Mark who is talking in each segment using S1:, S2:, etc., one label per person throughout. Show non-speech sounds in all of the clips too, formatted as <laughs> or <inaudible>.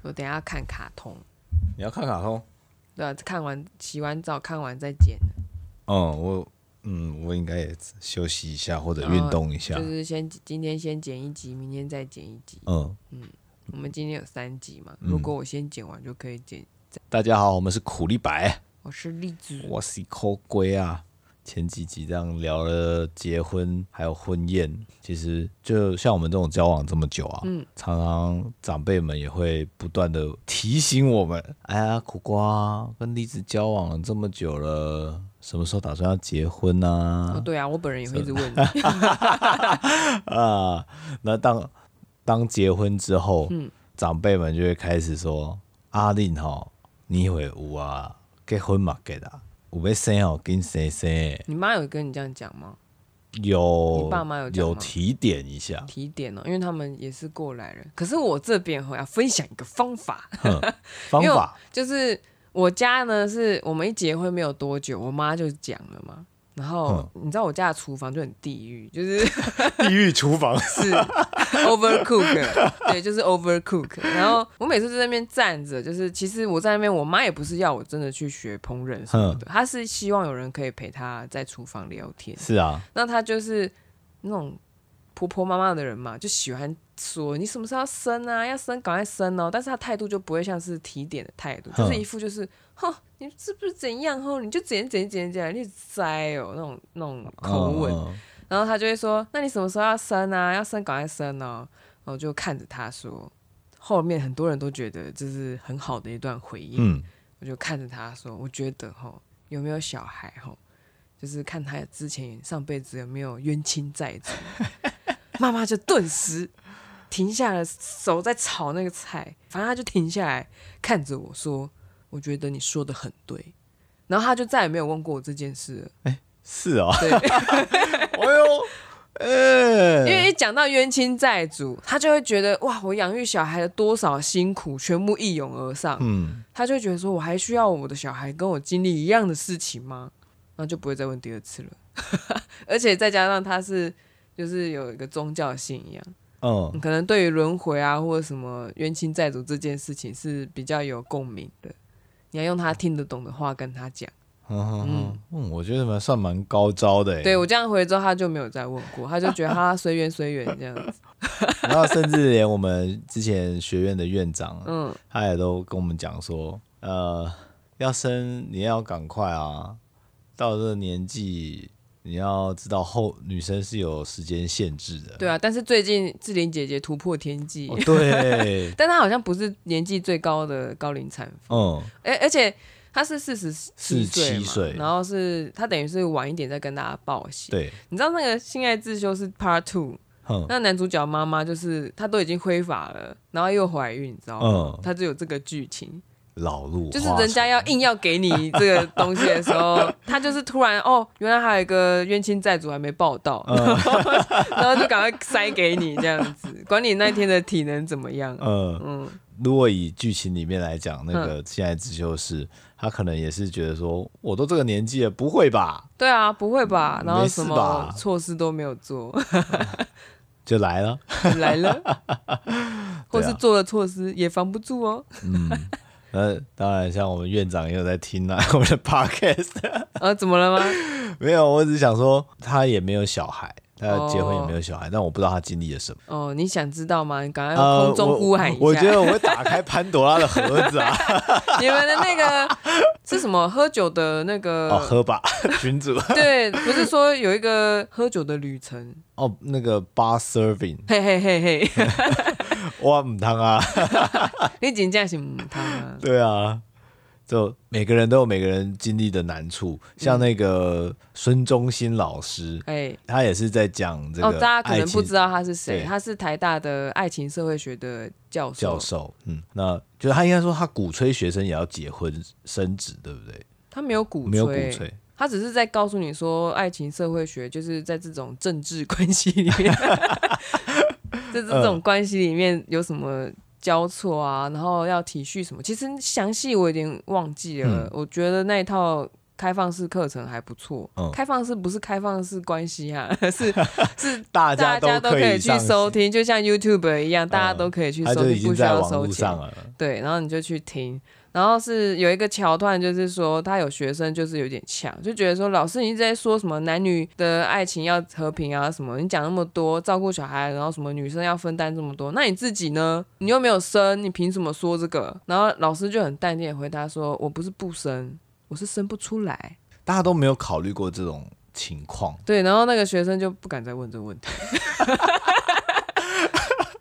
S1: 我等一下看卡通，
S2: 你要看卡通？
S1: 对啊，看完洗完澡看完再剪，
S2: 嗯，我嗯，我应该也休息一下或者运动一下。
S1: 就是先今天先剪一集，明天再剪一集。
S2: 嗯，
S1: 我们今天有三集嘛，
S2: 嗯
S1: 如果我先剪完就可以剪。
S2: 大家好，我们是苦力白，
S1: 我是栗子，
S2: 我是抠龟啊。前几集这样聊了结婚，还有婚宴，其实就像我们这种交往这么久啊，常常长辈们也会不断的提醒我们，哎呀，苦瓜跟栗子交往了这么久了，什么时候打算要结婚
S1: 哦
S2: 啊？
S1: 对啊，我本人也会一直问你， <laughs>
S2: <laughs> 啊，那当当结婚之后，
S1: 嗯
S2: 长辈们就会开始说：“阿令吼，你会有啊，结婚嘛给啦，有要生哦，跟生生。
S1: 你妈有跟你这样讲吗？”
S2: 有，
S1: 你爸妈有讲吗
S2: 提点一下，
S1: 提点哦，因为他们也是过来人。可是我这边哦我要分享一个方法，
S2: 哼方
S1: 因为
S2: 法
S1: 就是我家呢是我们一结婚没有多久，我妈就讲了嘛。然后
S2: 嗯
S1: 你知道我家的厨房就很地狱，就是
S2: 地狱厨房
S1: 是 overcook，对，就是 overcook。然后我每次在那边站着，就是其实我在那边，我妈也不是要我真的去学烹饪什
S2: 嗯
S1: 么的，她是希望有人可以陪她在厨房聊天。
S2: <laughs> 是啊，
S1: 那她就是那种婆婆妈妈的人嘛，就喜欢说你什么时候要生啊，要生赶快生哦。但是她态度就不会像是提点的态度，就是
S2: 嗯
S1: 一副就是哼，你是不是怎样哦，你就怎样怎样怎样怎样，你栽哦那种那种口吻。
S2: 嗯
S1: 然后他就会说：“那你什么时候要生啊？要生赶快生哦。”然后我就看着他说，后面很多人都觉得这是很好的一段回忆。
S2: 嗯，
S1: 我就看着他说：“我觉得哈，有没有小孩哈，就是看他之前上辈子有没有冤亲债主。”妈妈就顿时停下了手在炒那个菜，反正他就停下来看着我说：“我觉得你说的很对。”然后他就再也没有问过我这件事了。
S2: 是哦，
S1: 对。
S2: <laughs> 哎呦，呃、
S1: 因为一讲到冤亲债主，他就会觉得哇，我养育小孩的多少辛苦，全部一涌而上。
S2: 嗯，
S1: 他就会觉得说，我还需要我的小孩跟我经历一样的事情吗？然后就不会再问第二次了。 <laughs> 而且再加上他是就是有一个宗教信仰，
S2: 嗯，
S1: 可能对于轮回啊或者什么冤亲债主这件事情是比较有共鸣的。你要用他听得懂的话跟他讲。
S2: 嗯，嗯，我觉得蛮算蛮高招的欸，
S1: 对我这样回之后，他就没有再问过，他就觉得他随缘随缘这样子。
S2: 然后甚至连我们之前学院的院长，
S1: 嗯，
S2: 他也都跟我们讲说，呃，要生你要赶快啊，到这个年纪，你要知道后女生是有时间限制的。
S1: 对啊，但是最近志玲姐姐突破天际，
S2: 哦，对，
S1: <laughs> 但她好像不是年纪最高的高龄产妇，
S2: 嗯，
S1: 而、而且她是四十七岁
S2: 47岁
S1: 嘛，然后是她等于是晚一点再跟大家报喜。
S2: 对，
S1: 你知道那个性爱自修是 Part Two，
S2: 哼，
S1: 那男主角妈妈就是她都已经挥发了，然后又怀孕，你知道吗
S2: 嗯？
S1: 她、就有这个剧情，
S2: 老路
S1: 就是
S2: 花
S1: 人家
S2: 丛
S1: 要硬要给你这个东西的时候，她就是突然哦，原来还有一个冤亲债主还没报到，
S2: 嗯
S1: 然后 <laughs> 然后就赶快塞给你这样子，管你那天的体能怎么样。
S2: 呃，
S1: 嗯，
S2: 如果以剧情里面来讲，那个现在自修室，他可能也是觉得说，我都这个年纪了，不会吧，
S1: 对啊，不会吧？然后
S2: 嗯没事
S1: 什么
S2: 吧
S1: 措施都没有做，
S2: 就来了。
S1: 来
S2: <laughs>
S1: 了，
S2: 啊
S1: 或是做了措施也防不住哦。
S2: 呃，当然，像我们院长也有在听啊， <laughs> 我们的 podcast。
S1: 呃，怎么了吗？
S2: 没有，我只是想说，他也没有小孩，他结婚也没有小孩，但我不知道他经历了什么。
S1: 哦，你想知道吗？你赶快用哎空中
S2: 我
S1: 呼喊一下。
S2: 呃我觉得我会打开潘多拉的盒子
S1: <laughs>
S2: 啊！
S1: 你们的那个是什么？喝酒的那个？
S2: 哦，喝吧，群主 <laughs>
S1: 对，不是说有一个喝酒的旅程？
S2: 哦，那个 bar serving，
S1: <laughs> 嘿嘿嘿
S2: <laughs>
S1: 嘿，
S2: 哇，唔汤啊， <laughs>
S1: 你紧张是母汤啊？
S2: 对啊，就每个人都有每个人经历的难处，像那个孙中兴老师，
S1: 哎。
S2: 他也是在 <laughs> 讲这
S1: 哦，
S2: 个
S1: 大家可
S2: 爱
S1: 能
S2: 情
S1: 不知道他是谁，
S2: 对
S1: 他是台大的爱情社会学的教授。
S2: 教授，嗯，那就是他应该说他鼓吹学生也要结婚生子，对不对？
S1: 他没有鼓吹，
S2: 没有鼓吹，
S1: 他只是在告诉你说，爱情社会学就是在这种政治关系里
S2: <laughs>
S1: 面， <laughs> 就是这
S2: 嗯
S1: 种关系里面有什么交错
S2: 嗯
S1: 啊，然后要体恤什么。其实详细我有点忘记了，我觉得那一套开放式课程还不错。
S2: 嗯
S1: 开放式不是开放式关系啊， <laughs> 是是
S2: 大
S1: 大家
S2: 都
S1: 都可以去
S2: 上
S1: 收听，就像 YouTube 一样，大家
S2: 嗯
S1: 都可以去
S2: 它
S1: 收
S2: 就已
S1: 听，
S2: 经
S1: 不需
S2: 在
S1: 要
S2: 网
S1: 收
S2: 络
S1: 钱
S2: 上。了。
S1: 对，然后你就去听。然后是有一个桥段，就是说他有学生就是有点呛，就觉得说老师你一直在说什么男女的爱情要和平啊什么，你讲那么多照顾小孩，然后什么女生要分担这么多，那你自己呢？你又没有生，你凭什么说这个？然后老师就很淡定的回答说：“我不是不生，我是生不出来。
S2: 大家都没有考虑过这种情况”，
S1: 对，然后那个学生就不敢再问这个问题。 <laughs>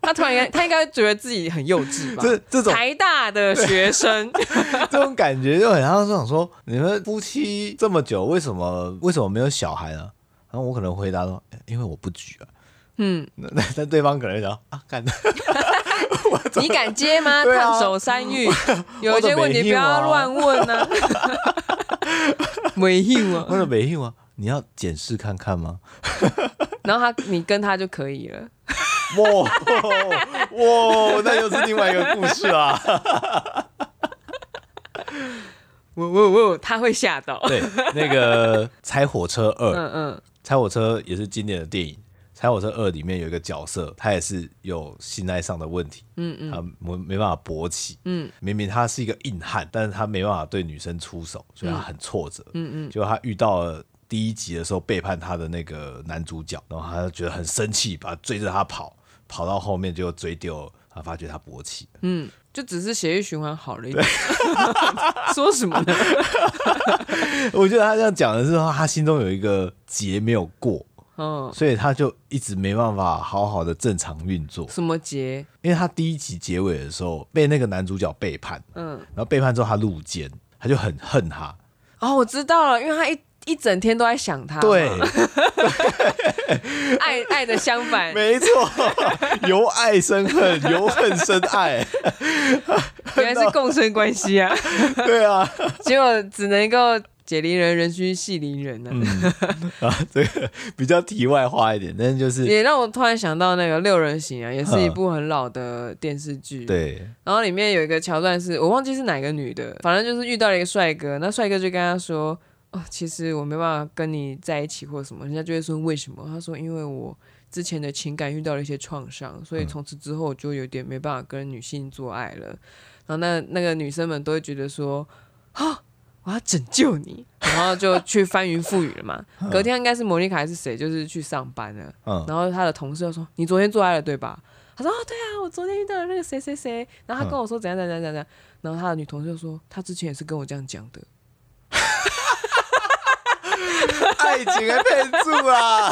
S1: 他突然间，他应该觉得自己很幼稚吧？
S2: 这这种
S1: 台大的学生，
S2: <laughs> 这种感觉就很像是想说，你们夫妻这么久，为什么为什么没有小孩呢？然后我可能回答说，哎因为我不举啊。
S1: 嗯，
S2: <laughs> 那那但对方可能会想啊，干，
S1: 你敢接吗？
S2: 对啊
S1: 烫手山
S2: <laughs>
S1: 芋，有一些问题不要乱问呢、啊。没用
S2: 或
S1: 啊，
S2: 者没用啊，你要检视看看吗？
S1: 然后他你跟他就可以了，
S2: 哇哇，那又是另外一个故事啊。
S1: 我我我他会吓到，
S2: <laughs> 对，那个《拆火车二》，
S1: 嗯嗯，
S2: 拆火车也是经典的电影，《拆火车二》里面有一个角色，他也是有性爱上的问题，嗯嗯，他没没办法勃起，嗯，明明他是一个硬汉，但是他没办法对女生出手，所以他很挫折，嗯嗯，结果他遇到了。第一集的时候背叛他的那个男主角，然后他就觉得很生气，把追着他跑，跑到后面就追丢了，他发觉他勃起了， <laughs>
S1: 就只是血液循环好了一点。 <laughs> 说什么呢？
S2: 我觉得他这样讲的是说他心中有一个结没有过，
S1: 嗯，
S2: 所以他就一直没办法好好的正常运作。
S1: 什么节？
S2: 因为他第一集结尾的时候被那个男主角背叛，
S1: 嗯，
S2: 然后背叛之后他入监，他就很恨他。
S1: 哦，我知道了，因为他一一整天都在想他，
S2: 对，，
S1: 爱爱的相反，
S2: 没错，由爱生恨，由恨生爱。
S1: <laughs> 原来是共生关系啊，
S2: 对啊，
S1: <laughs> 结果只能够解离人，人须系离人呢、啊。
S2: 啊，这个比较题外话一点，但是就是
S1: 也让我突然想到那个《六人行》啊，也是一
S2: 嗯
S1: 部很老的电视剧。，
S2: 对，
S1: 然后里面有一个桥段是我忘记是哪个女的，反正就是遇到了一个帅哥，那帅哥就跟她说：“哦，其实我没办法跟你在一起或什么。”人家就会说：“为什么？”他说：“因为我之前的情感遇到了一些创伤，所以从此之后我就有点没办法跟女性做爱了。”然后那那个女生们都会觉得说：“啊，我要拯救你。”然后就去翻云覆雨了嘛。隔天应该是莫妮卡还是谁，就是去上班了。
S2: 嗯，
S1: 然后他的同事就说：“你昨天做爱了对吧？”他说：“哦，对啊，我昨天遇到了那个谁谁谁。”然后他跟我说怎样怎样怎样怎样。然后他的女同事就说：“他之前也是跟我这样讲的。 <laughs>
S2: 爱情还骗住啊。”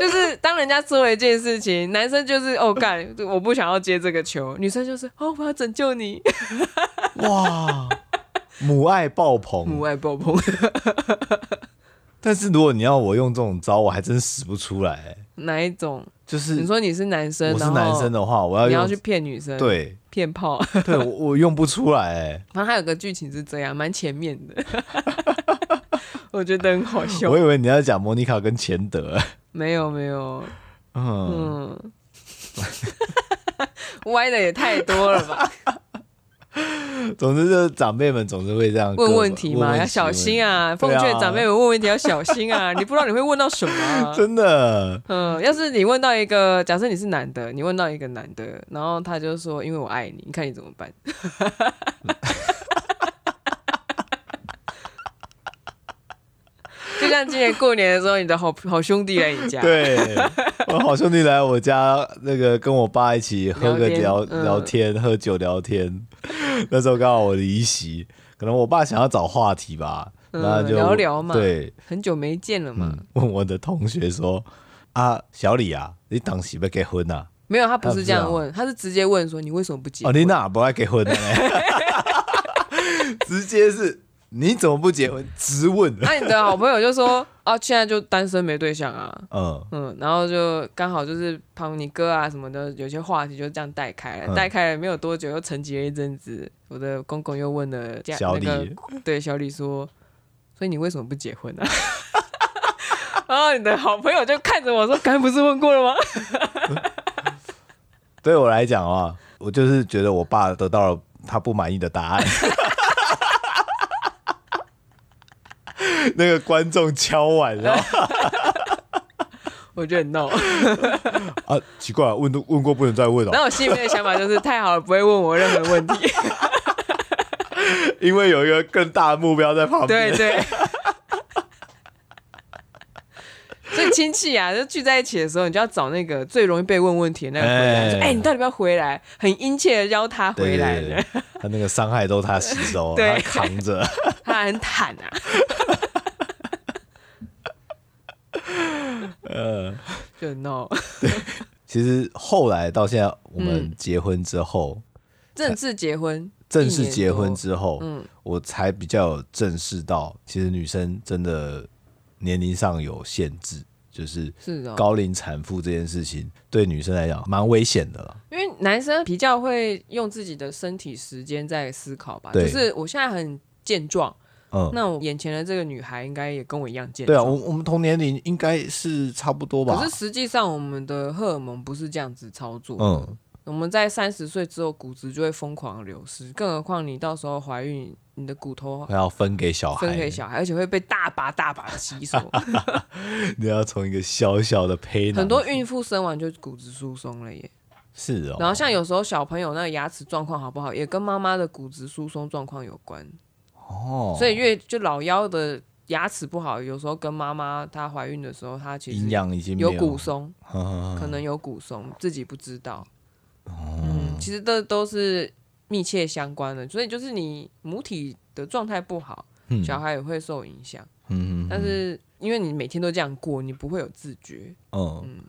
S1: 就是当人家做了一件事情，男生就是哦干，我不想要接这个球；女生就是哦，我要拯救你，
S2: 哇， <laughs> 母爱爆
S1: 母
S2: 棚。
S1: 爱爆棚。
S2: 但是如果你要我用这种招，我还真使不出来、
S1: 哪一种？
S2: 就
S1: 你
S2: 是
S1: 说你是男生，
S2: 我是
S1: 然后
S2: 男生的话，我要
S1: 你要
S2: 用
S1: 去骗女生，，
S2: 对
S1: 骗炮。 <laughs>
S2: <laughs> 对，我我用不出来、欸
S1: 反正他有个剧情是这样，蛮前面的， <laughs> 我觉得很好笑
S2: 我。以为你要讲莫妮卡跟钱德，
S1: 没有没有，
S2: 嗯，
S1: 嗯， <laughs> 歪的也太多了吧？
S2: 嗯总之就是长辈们总是会这样
S1: 问问题嘛，
S2: 问
S1: 要小心
S2: 啊，
S1: 啊！奉
S2: 对啊
S1: 劝长辈们问问题要小心
S2: <laughs>
S1: 啊！你不知道你会问到什么、啊。
S2: 真的，
S1: 嗯，要是你问到一个，假设你是男的，你问到一个男的，然后他就说“因为我爱你”，你看你怎么办？ <laughs> 就像今年过年的时候，你的好好兄弟来你家，
S2: 对，我好兄弟来我家，那个跟我爸一起喝个聊
S1: 聊天嗯
S2: 聊天，喝酒聊天， <laughs> 那时候刚好我离席，可能我爸想要找话题吧，
S1: 嗯
S2: 那就
S1: 聊聊嘛
S2: 对，
S1: 很久没见了嘛。
S2: 嗯，问我的同学说，啊，小李啊，你当时要结婚啊？
S1: 没有，他不
S2: 他不
S1: 是
S2: 是
S1: 这样
S2: 啊
S1: 问，他是直接问说：“你为什么不结
S2: 哦，
S1: 婚？”
S2: 你哪不爱结婚呢？ <laughs> 直接是你怎么不结婚？直问。
S1: <laughs> 那、你的好朋友就说：“啊，现在就单身没对象啊。
S2: 嗯”，
S1: 嗯，然后就刚好就是旁你哥啊什么的，有些话题就这样带开
S2: 嗯
S1: 了，带、开了没有多久，又沉寂了一阵子。我的公公又问了家
S2: 小
S1: 那
S2: 李
S1: 个对小李说：“所以你为什么不结婚呢、啊？” <laughs> 然后你的好朋友就看着我说：“刚才不是问过了吗 <laughs>
S2: <laughs> 对我来讲啊，我就是觉得我爸得到了他不满意的答案。那个观众敲碗， <laughs> 然后
S1: 我觉得很闹。
S2: 啊，奇怪，问都问过不能再问哦
S1: 然
S2: 了，
S1: 后我心里面的想法就是，太好了，不会问我任何问题。
S2: 因为有一个更大的目标在旁边。
S1: 对对。 <laughs> 所以亲戚啊，就聚在一起的时候，你就要找那个最容易被问问题的那个回来，
S2: 哎
S1: 说：“哎、你到底要不要回来？”很殷切的邀他回来
S2: 对
S1: 的，
S2: 对对他那个伤害都他吸收， <laughs>
S1: 对
S2: 他扛着。
S1: <laughs> 他还很坦
S2: <laughs>
S1: 啊。就
S2: 呃
S1: no，
S2: 其实后来到现在，我们结婚之后，
S1: 正式结婚，
S2: 正式结婚
S1: 后，
S2: 之后，
S1: 嗯
S2: 我才比较有正视到，其实女生真的年龄上有限制，就是
S1: 是哦
S2: 高龄产妇这件事情对女生来讲蛮危险的了。
S1: 因为男生比较会用自己的身体时间在思考吧。
S2: 对
S1: 就是我现在很健壮，
S2: 嗯，
S1: 那我眼前的这个女孩应该也跟我一样健
S2: 对
S1: 壮。
S2: 啊，我我们同年龄应该是差不啊多吧
S1: 可是？实际上，我们的荷尔蒙不是这样子操作。
S2: 嗯，
S1: 我们在三十岁之后，骨质就会疯狂流失，更何况你到时候怀孕，你的骨头
S2: 还要分给小孩，
S1: 分给小孩，而且会被大把大把的吸
S2: <laughs>
S1: 收。
S2: 哎你要从一个小小的胚囊，
S1: 很多孕妇生完就骨质疏松了耶。
S2: 是哦，
S1: 然后像有时候小朋友那个牙齿状况好不好，也跟妈妈的骨质疏松状况有关。
S2: 哦，
S1: 所以越就老幺的牙齿不好，有时候跟妈妈她怀孕的时候，她其
S2: 营
S1: 实
S2: 养已经没
S1: 有骨
S2: <laughs>
S1: 松。
S2: 呵呵呵
S1: 可能有骨松，自己不知道。
S2: 哦
S1: 嗯，其实这都是密切相关的，所以就是你母体的状态不好，
S2: 嗯
S1: 小孩也会受影响。
S2: 嗯嗯
S1: 但是因为你每天都这样过，你不会有自觉。
S2: 嗯，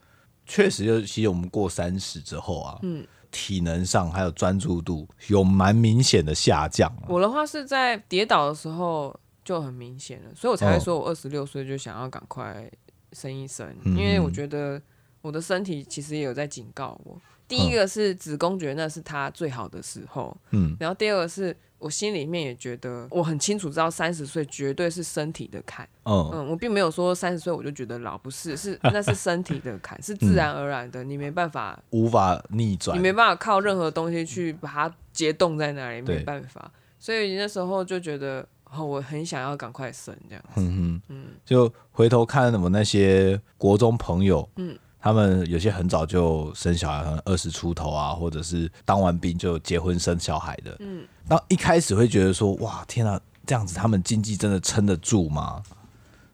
S2: 确实，就是其实我们过三十之后啊，嗯，体能上还有专注度有蛮明显的下降啊、
S1: 我的话是在跌倒的时候就很明显了，所以我
S2: 哦
S1: 才会说我二十六岁就想要赶快生一生，
S2: 嗯
S1: 因为我觉得我的身体其实也有在警告我。第
S2: 哦
S1: 一个是子宫觉得那是它最好的时候，
S2: 嗯，
S1: 然后第二个是我心里面也觉得，我很清楚知道三十岁绝对是身体的坎。
S2: 嗯，
S1: 嗯，我并没有说三十岁我就觉得老，不是，
S2: <laughs>
S1: 是那是身体的坎，是自然而然的，你没办法，
S2: 无法逆转
S1: 你，没办法靠任何东西去把它结冻在那里，
S2: 对
S1: 没办法。所以那时候就觉得，哦，我很想要赶快生这样。
S2: 嗯嗯，就回头看我们那些国中朋友，嗯。他们有些很早就生小孩，可能二十出头啊，或者是当完兵就结婚生小孩的。嗯，然后一开始会觉得说，哇，天啊，这样子他们经济真的撑得住吗？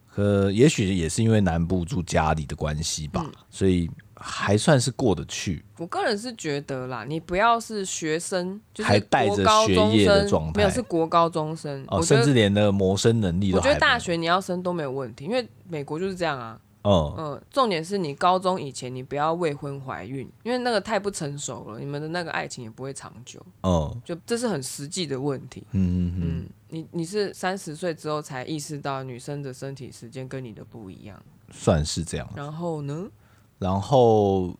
S2: 可也许也是因为南部住家里的关系吧，
S1: 嗯
S2: 所以还算是过得去。
S1: 我个人是觉得啦，你不要是学生，就
S2: 还
S1: 是
S2: 带着
S1: 国高
S2: 学
S1: 中
S2: 业的
S1: 生，
S2: 状态
S1: 没有是国高中生，
S2: 哦，
S1: 我觉
S2: 甚
S1: 得
S2: 至连那个谋生能力都
S1: 我觉
S2: 还
S1: 得
S2: 没
S1: 大学你要升都没有问题，因为美国就是这样啊。
S2: 嗯
S1: 嗯，重点是你高中以前你不要未婚怀孕，因为那个太不成熟了，你们的那个爱情也不会长久，
S2: 嗯
S1: 就这是很实际的问题。
S2: 嗯嗯
S1: 嗯，你你是三十岁之后才意识到女生的身体时间跟你的不一样，
S2: 嗯，算是这样。
S1: 然后呢，
S2: 然后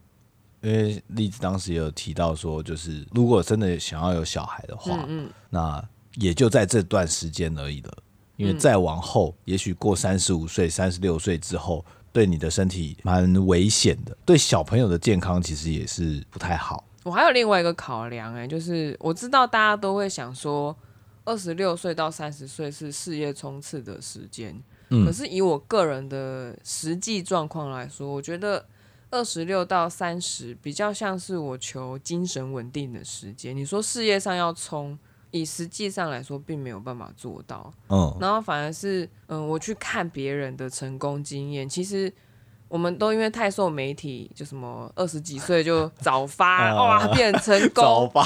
S2: 因为栗子当时也有提到说，就是如果真的想要有小孩的话，
S1: 嗯嗯，
S2: 那也就在这段时间而已了。因为再往后，也许过三十五岁、三十六岁之后，对你的身体蛮危险的，对小朋友的健康其实也是不太好。
S1: 我还有另外一个考量、哎，就是我知道大家都会想说，二十六岁到三十岁是事业冲刺的时间，
S2: 嗯
S1: 可是以我个人的实际状况来说，我觉得二十六到三十比较像是我求精神稳定的时间。你说事业上要冲，以实际上来说，并没有办法做到。
S2: 嗯
S1: 然后反而是，嗯，我去看别人的成功经验，其实我们都因为太受媒体，就什么二十几岁就早发，
S2: 啊
S1: 哇，变成
S2: <laughs> 早
S1: 功，
S2: 八，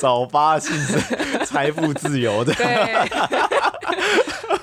S2: 早八其实财富自由的，
S1: 对， <laughs>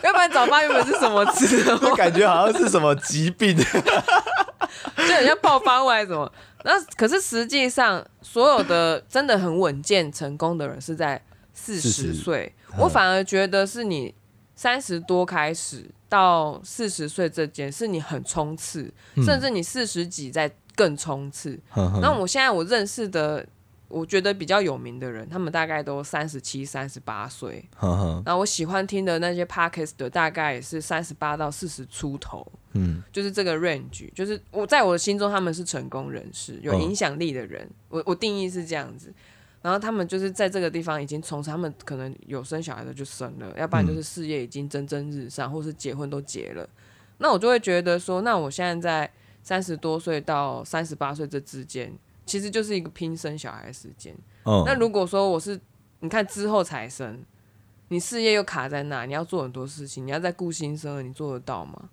S1: 要不然早发原本是什么词？
S2: <laughs> 就感觉好像是什么疾
S1: <laughs>
S2: 病。
S1: 就很像爆发户还是什么。那可是实际上，所有的真的很稳健成功的人是在四十嗯
S2: 40
S1: 岁，我反而觉得是你三十多开始到四十岁这间，是你很冲刺，甚至你四十几再更冲刺。 <laughs>
S2: <laughs>
S1: 那我现在我认识的。我觉得比较有名的人，他们大概都三十七、三十八岁。
S2: 哼哼
S1: 然后我喜欢听的那些 podcast 的，大概也是三十八到四十出头。
S2: 嗯
S1: 就是这个 range，就是我在我的心中他们是成功人士，有
S2: 嗯
S1: 影响力的人，我我定义是这样子。然后他们就是在这个地方已经从他们可能有生小孩的就生了，要不然就是事业已经蒸蒸日上，或是结婚都结了。那我就会觉得说，那我现在在三十多岁到三十八岁这之间，其实就是一个拼生小孩的时间。那
S2: 嗯，
S1: 如果说我是你看之后才生，你事业又卡在那，你要做很多事情，你要再顾新生儿，你做得到吗？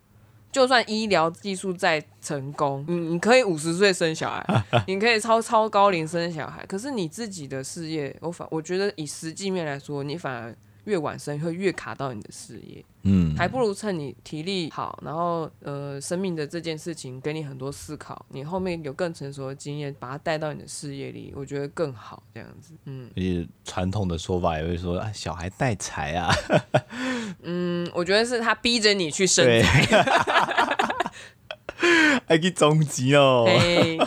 S1: 就算医疗技术再成功，你
S2: 嗯
S1: 你可以五十岁生小
S2: <laughs>
S1: 孩，你可以超超高龄生小孩，可是你自己的事业，我反我觉得以实际面来说，你反而越晚生会越卡到你的事业，
S2: 嗯，
S1: 还不如趁你体力好，然后呃生命的这件事情给你很多思考，你后面有更成熟的经验，把它带到你的事业里，我觉得更好这样子，嗯。
S2: 而且传统的说法也会说，啊，小孩带财啊，
S1: 嗯，我觉得是他逼着你去生，
S2: 对， <laughs> 还可以终极哦。 <laughs>
S1: 嘿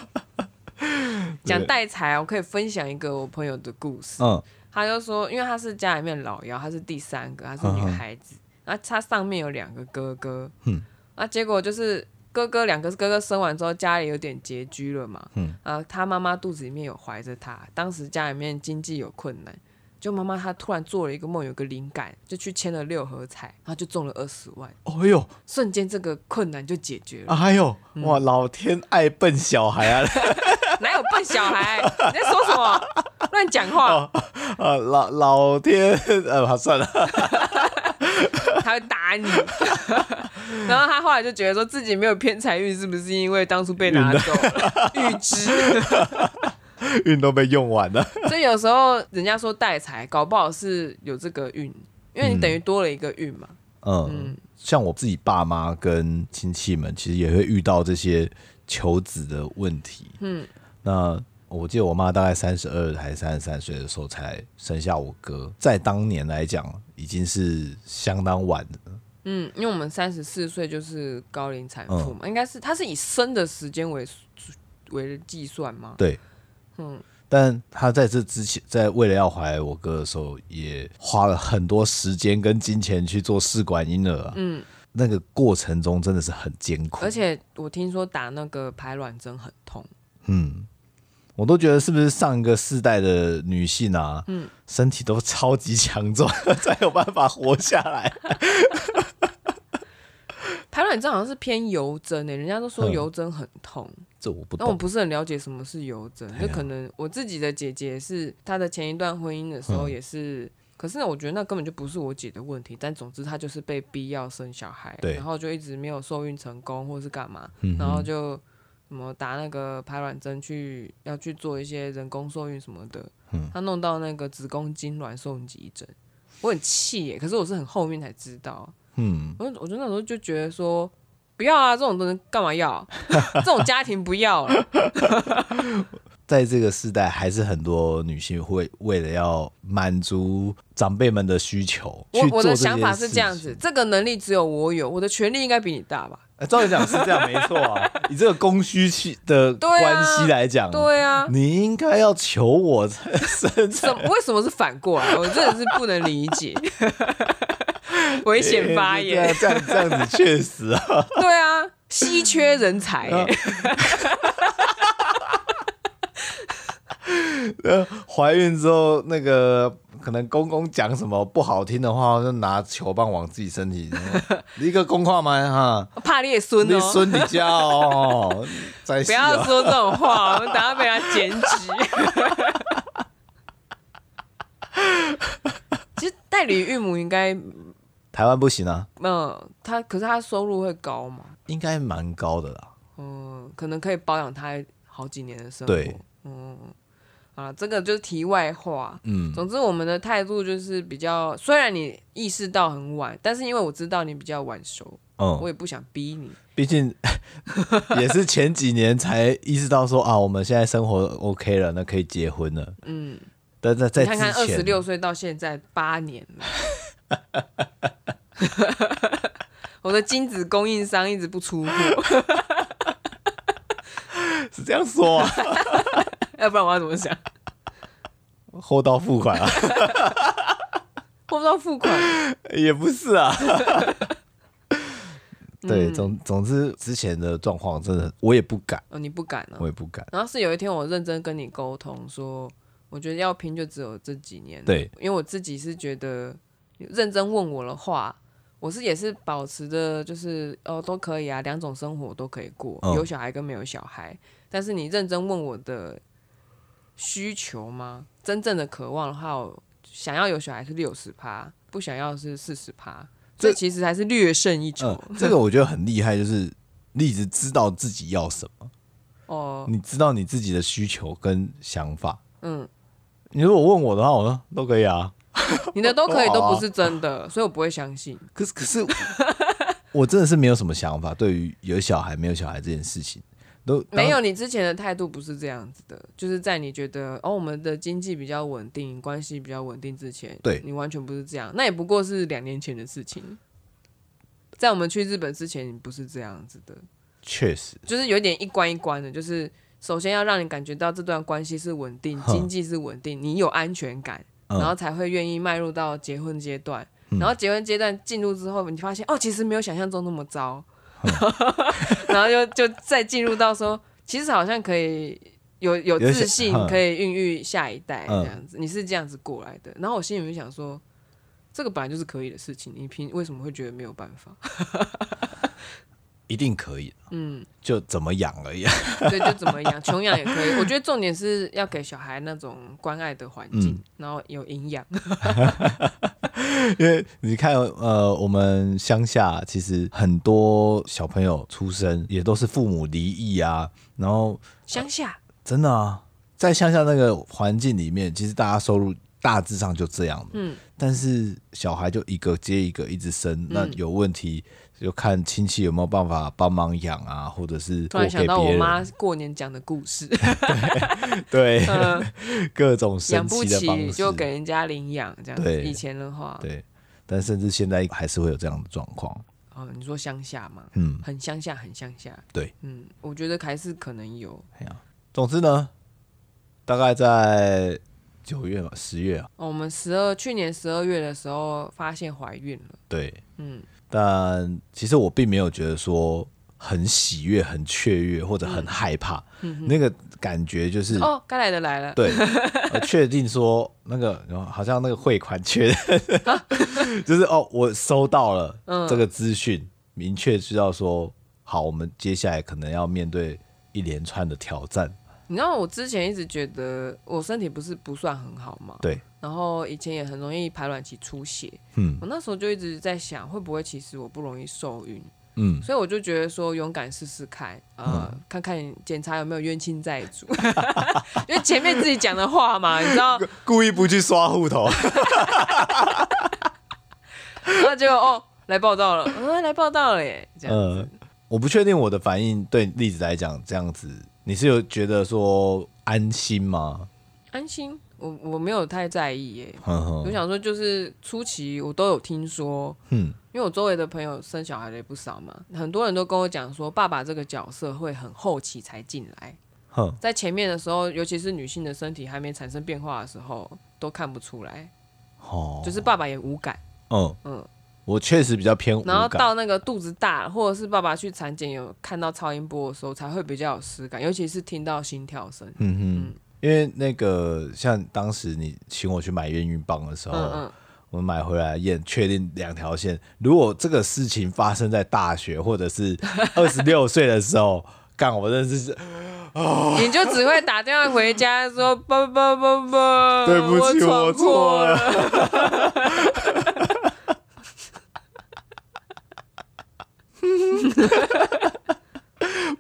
S1: 讲带财，我可以分享一个我朋友的故事。
S2: 嗯
S1: 他就说，因为他是家里面老幺，他是第三个，她是女孩子，然后她上面有两个哥哥，
S2: 嗯，
S1: 那结果就是哥哥两个哥哥生完之后，家里有点拮据了嘛，
S2: 嗯，
S1: 啊，他妈妈肚子里面有怀着他，当时家里面经济有困难，就妈妈她突然做了一个梦，有个灵感，就去签了六合彩，然后就中了二十万，
S2: 哦呦，
S1: 瞬间这个困难就解决了。
S2: 哎呦，哇，老天爱笨小孩啊！ <laughs>
S1: 哪有笨小孩？你在说什么？乱讲话，
S2: 啊，老老天，呃、啊，算了，
S1: 他会打你。 <laughs> 然后他后来就觉得说自己没有偏财运，是不是因为当初被拿走了预知？ <laughs>
S2: 运都被用完了。
S1: 所以有时候人家说带财，搞不好是有这个运，因为你等于多了一个运嘛。
S2: 嗯，像我自己爸妈跟亲戚们，其实也会遇到这些求子的问题。
S1: 嗯，
S2: 那我记得我妈大概三十二还三十三岁的时候才生下我哥，在当年来讲，已经是相当晚的。
S1: 嗯，因为我们三十四岁就是高龄产妇嘛，应该是它是以生的时间为为计算吗？
S2: 对，
S1: 嗯，
S2: 但她在这之前，在为了要怀我哥的时候，也花了很多时间跟金钱去做试管婴儿、啊。
S1: 嗯，
S2: 那个过程中真的是很艰苦，
S1: 而且我听说打那个排卵针很痛。
S2: 嗯，我都觉得是不是上一个世代的女性啊，
S1: 嗯
S2: 身体都超级强壮， <laughs> 才有办法活下来。
S1: 排卵针好像是偏油针诶、欸人家都说
S2: 嗯
S1: 油针很痛，
S2: <laughs> 这我不
S1: 但我
S2: 懂，
S1: 不是很了解什么是油针，
S2: 哎
S1: 就
S2: 呀
S1: 可能我自己的姐姐是她的前一段婚姻的时候
S2: 嗯
S1: 也是，可是我觉得那根本就不是我姐的问题，但总之她就是被逼要生小孩，
S2: 对
S1: 然后就一直没有受孕成功或是干嘛，
S2: 嗯哼
S1: 然后就什么打那个排卵针去要去做一些人工受孕什么的，
S2: 嗯
S1: 她弄到那个子宫痉挛受孕急诊，我很气耶、欸可是我是很后面才知道。
S2: 嗯，
S1: 我我就那时候就觉得说，不要啊，这种东西干嘛要？ <laughs> 这种家庭不要了。
S2: 在这个世代，还是很多女性会为了要满足长辈们的需求去
S1: 我
S2: 做
S1: 我
S2: 这
S1: 的
S2: 件
S1: 想法是这样
S2: 事
S1: 子，
S2: 情。
S1: 这个能力只有我有，我的权利应该比你大吧？
S2: 哎照理讲是这样，没错
S1: <laughs>
S2: 啊。以这个供需去的
S1: 对啊
S2: 关系来讲，
S1: 对
S2: <laughs>
S1: 啊，
S2: 你应该要求我才生
S1: 什么为什么是反过来？我真的是不能理解。 <laughs> 危险发言，
S2: <laughs> 对啊这样这样子确实啊。嗯
S1: 对啊，稀缺人才欸耶、
S2: 呃，怀孕之后，那个可能公公讲什么不好听的话，就拿球棒往自己身体，你一个公话吗？
S1: <laughs>
S2: 哈，
S1: 怕你也孙
S2: 你
S1: 哦，
S2: 孙你家哦，
S1: <laughs>
S2: 在
S1: 不
S2: 洗
S1: 要
S2: 哦，
S1: 说这种话，我们等下被他检举。 <laughs> 其实代理孕母应该
S2: 台湾不行啊，
S1: 嗯，他可是他收入会高嘛？
S2: 应该蛮高的啦。
S1: 嗯，可能可以保养他好几年的生活。
S2: 对，
S1: 嗯，啊，这个就是题外话。
S2: 嗯，
S1: 总之，我们的态度就是比较，虽然你意识到很晚，但是因为我知道你比较晚熟，我
S2: 嗯，
S1: 也不想逼你。
S2: 毕竟
S1: <laughs>
S2: 也是前几年才意识到说啊，我们现在生活 OK 了，那可以结婚了。
S1: 嗯，
S2: 但在在
S1: 你
S2: 之
S1: 看看二十
S2: 前，
S1: 六岁到现在八年了， <laughs> 我的精子供应商一直不出货， <laughs>
S2: 是这样说啊， <laughs>
S1: 要不然我要怎么想？
S2: 后到付款啊，
S1: 我不知道付款。
S2: <laughs> 也不是啊。对，总总之之前的状况真的，我也不敢，
S1: 哦，你不敢啊？
S2: 我也不敢。
S1: 然后是有一天我认真跟你沟通说，我觉得要拼就只有这几年了。
S2: 对
S1: 因为我自己是觉得认真问我的话，我是也是保持着就是哦都可以啊，两种生活都可以过，
S2: 嗯
S1: 有小孩跟没有小孩。但是你认真问我的需求吗？真正的渴望的话，我想要有小孩是六十趴，不想要是四十趴，
S2: 这
S1: 这其实还是略胜一筹。
S2: 嗯，这个我觉得很厉害，就是你一直知道自己要什么，
S1: 哦，
S2: 你知道你自己的需求跟想法。
S1: 嗯，
S2: 你如果问我的话，我说都可以啊。
S1: 你的都可
S2: <laughs>
S1: 以
S2: 哦
S1: 都
S2: 好啊
S1: 不是真的，所以我不会相信。
S2: 可是可是 <laughs> 我真的是没有什么想法，对于有小孩没有小孩这件事情，都当
S1: 没有，你之前的态度不是这样子的，就是在你觉得哦，我们的经济比较稳定，关系比较稳定之前，
S2: 对
S1: 你完全不是这样，那也不过是两年前的事情。在我们去日本之前，你不是这样子的，
S2: 确实
S1: 就是有点一关一关的，就是首先要让你感觉到这段关系是稳定，
S2: 哼
S1: 经济是稳定，你有安全感，
S2: 嗯
S1: 然后才会愿意迈入到结婚阶段。
S2: 嗯
S1: 然后结婚阶段进入之后，你发现哦，其实没有想象中那么糟， <laughs> 然后就就再进入到说，其实好像可以有有
S2: 有
S1: 自信
S2: 想，嗯
S1: 可以孕育下一代
S2: 嗯
S1: 这样子。你是这样子过来的，然后我心里面想说，这个本来就是可以的事情，你凭为什么会觉得没有办法？
S2: 一定可以，
S1: 嗯，
S2: 就怎么养而已。
S1: 对，就怎么养，穷养也可以。我觉得重点是要给小孩那种关爱的环境，
S2: 嗯
S1: 然后有营养。 <laughs>
S2: <laughs> 因为你看，呃，我们乡下其实很多小朋友出生也都是父母离异啊，然后
S1: 乡下，
S2: 真的啊，在乡下那个环境里面，其实大家收入大致上就这样。
S1: 嗯，
S2: 但是小孩就一个接一个一直生，那
S1: 嗯
S2: 有问题就看亲戚有没有办法帮忙养啊，或者是
S1: 突
S2: 过
S1: 然想
S2: 给
S1: 到我
S2: 别
S1: 妈
S2: 人。
S1: 过年讲的故事，
S2: <laughs> 对，
S1: 嗯
S2: <laughs> 各种
S1: 养
S2: 神
S1: 不
S2: 奇的方
S1: 起
S2: 式。
S1: 就给人家领养这样子。
S2: 对
S1: 以前的话，
S2: 对，但甚至现在还是会有这样的状况。
S1: 哦，你说乡下嘛，
S2: 嗯，
S1: 很乡下，很乡下。
S2: 对，
S1: 嗯，我觉得还是可能有
S2: 哎呀，总之呢，大概在九月嘛，十月啊，
S1: 哦。我们十二去年十二月的时候发现怀孕了，
S2: 对，
S1: 嗯，
S2: 但其实我并没有觉得说很喜悦、很雀跃或者很害怕，那个感觉就是、
S1: 嗯哦，该来的来了，
S2: 对，呃确定说那个然后好像那个汇款确认，
S1: <laughs>
S2: 就是哦，我收到了
S1: 嗯
S2: 这个资讯，明确知道说好，我们接下来可能要面对一连串的挑战，
S1: 你知道我之前一直觉得我身体不是不算很好嘛，
S2: 对，
S1: 然后以前也很容易排卵期出血，
S2: 嗯
S1: 我那时候就一直在想，会不会其实我不容易受孕，
S2: 嗯，
S1: 所以我就觉得说勇敢试试看，呃，看看检查有没有冤亲债主， <laughs> 因为前面自己讲的话嘛，你知道，
S2: 故意不去刷户头，
S1: 然后结果哦来报道了，嗯、来报道了耶，这样，
S2: 呃，我不确定我的反应对例子来讲这样子，你是有觉得说安心吗？
S1: 安心，我我没有太在意耶，
S2: 哼
S1: 我
S2: 哼，
S1: 想说就是初期我都有听说，
S2: 嗯，
S1: 因为我周围的朋友生小孩的也不少嘛，很多人都跟我讲说，爸爸这个角色会很后期才进来，
S2: 哼，
S1: 在前面的时候，尤其是女性的身体还没产生变化的时候，都看不出来，
S2: 哦，
S1: 就是爸爸也无感。
S2: 嗯
S1: 嗯
S2: 嗯，我确实比较偏无
S1: 然后
S2: 感，
S1: 到那个肚子大，或者是爸爸去产检有看到超音波的时候，才会比较有实感，尤其是听到心跳声。
S2: 嗯哼，因为那个像当时你请我去买验孕棒的时
S1: 嗯
S2: 候，
S1: 嗯，
S2: 我买回来验，确定两条线。如果这个事情发生在大学或
S1: <laughs>
S2: 者是二十六岁的时候，干我真的是
S1: 你就只会打电话回家说：“爸爸爸爸，
S2: 对不起
S1: 我
S2: 呃
S1: 闯
S2: 我错
S1: 祸
S2: 了
S1: 了。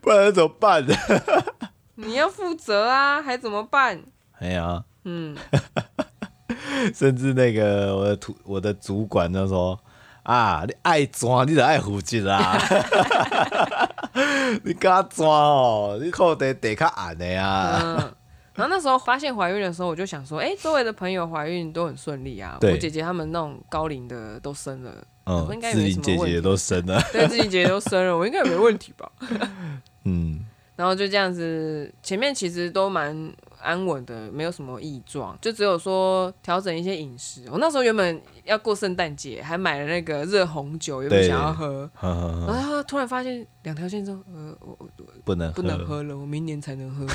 S2: 不然怎么办？
S1: 你要负责啊，还怎么办？
S2: 哎呀，
S1: 嗯，
S2: 甚至那个我的主我的主管就说啊，你爱抓你得爱护己 <laughs> 啦，你敢抓哦，你靠得得较硬的啊，
S1: 嗯，然后那时候发现怀孕的时候，我就想说，哎、周围的朋友怀孕都很顺利啊。
S2: 对
S1: 我姐姐她们那种高龄的都生了，我应
S2: 嗯，
S1: 该
S2: 志
S1: 没
S2: 玲
S1: 什么
S2: 姐
S1: 问
S2: 姐
S1: 题
S2: 也都生了，
S1: 对自己姐姐都生了，我应该也没问题吧？
S2: 嗯。
S1: 然后就这样子，前面其实都蛮安稳的，没有什么异状，就只有说调整一些饮食。我那时候原本要过圣诞节，还买了那个热红酒，原本
S2: 对嗯
S1: 想要喝，
S2: 呵呵呵
S1: 然后突然发现两条线之后，呃，我我
S2: <laughs> 不能
S1: 不能喝了，我明年才能喝。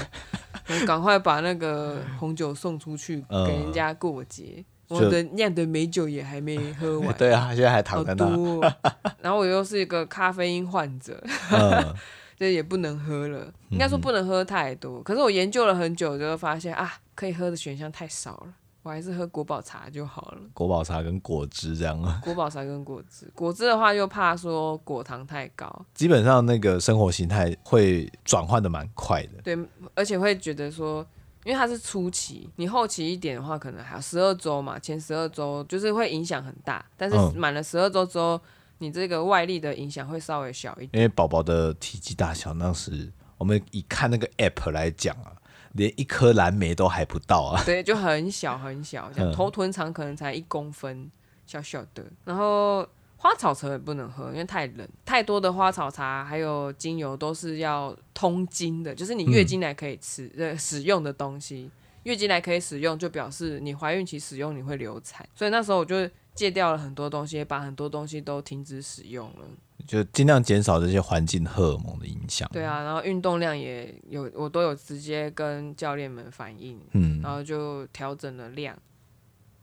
S1: 我赶快把那个红酒送出去
S2: 嗯
S1: 给人家过节。
S2: 就
S1: 我的酿的美酒也还没喝完，
S2: <laughs> 对啊，现在还
S1: 好
S2: 躺在那，
S1: 多哦、然后我又是一个咖啡因患者，
S2: <laughs> 嗯，
S1: 就也不能喝了，应该说不能喝太多。可是我研究了很久，就会发现啊，可以喝的选项太少了，我还是喝国宝茶就好了。
S2: 国宝茶跟果汁这样。
S1: 国宝茶跟果汁，果汁的话又怕说果糖太高，
S2: 基本上那个生活形态会转换的蛮快的，
S1: 对，而且会觉得说，因为它是初期，你后期一点的话，可能还有十二周嘛，前十二周就是会影响很大，但是
S2: 嗯
S1: 满了十二周之后，你这个外力的影响会稍微小一点。
S2: 因为宝宝的体积大小，当时我们以看那个 app 来讲啊，连一颗蓝莓都还不到啊。 <laughs>
S1: 对，就很小很小，这样
S2: 嗯
S1: 头臀长可能才一公分，小小的。然后花草茶也不能喝，因为太冷，太多的花草茶还有精油都是要通经的，就是你月经来可以吃、呃使用的东西。月经来可以使用，就表示你怀孕期使用你会流产，所以那时候我就戒掉了很多东西，把很多东西都停止使用了。
S2: 就尽量减少这些环境荷尔蒙的影响。
S1: 对啊，然后运动量也有，我都有直接跟教练们反映，
S2: 嗯，
S1: 然后就调整了量，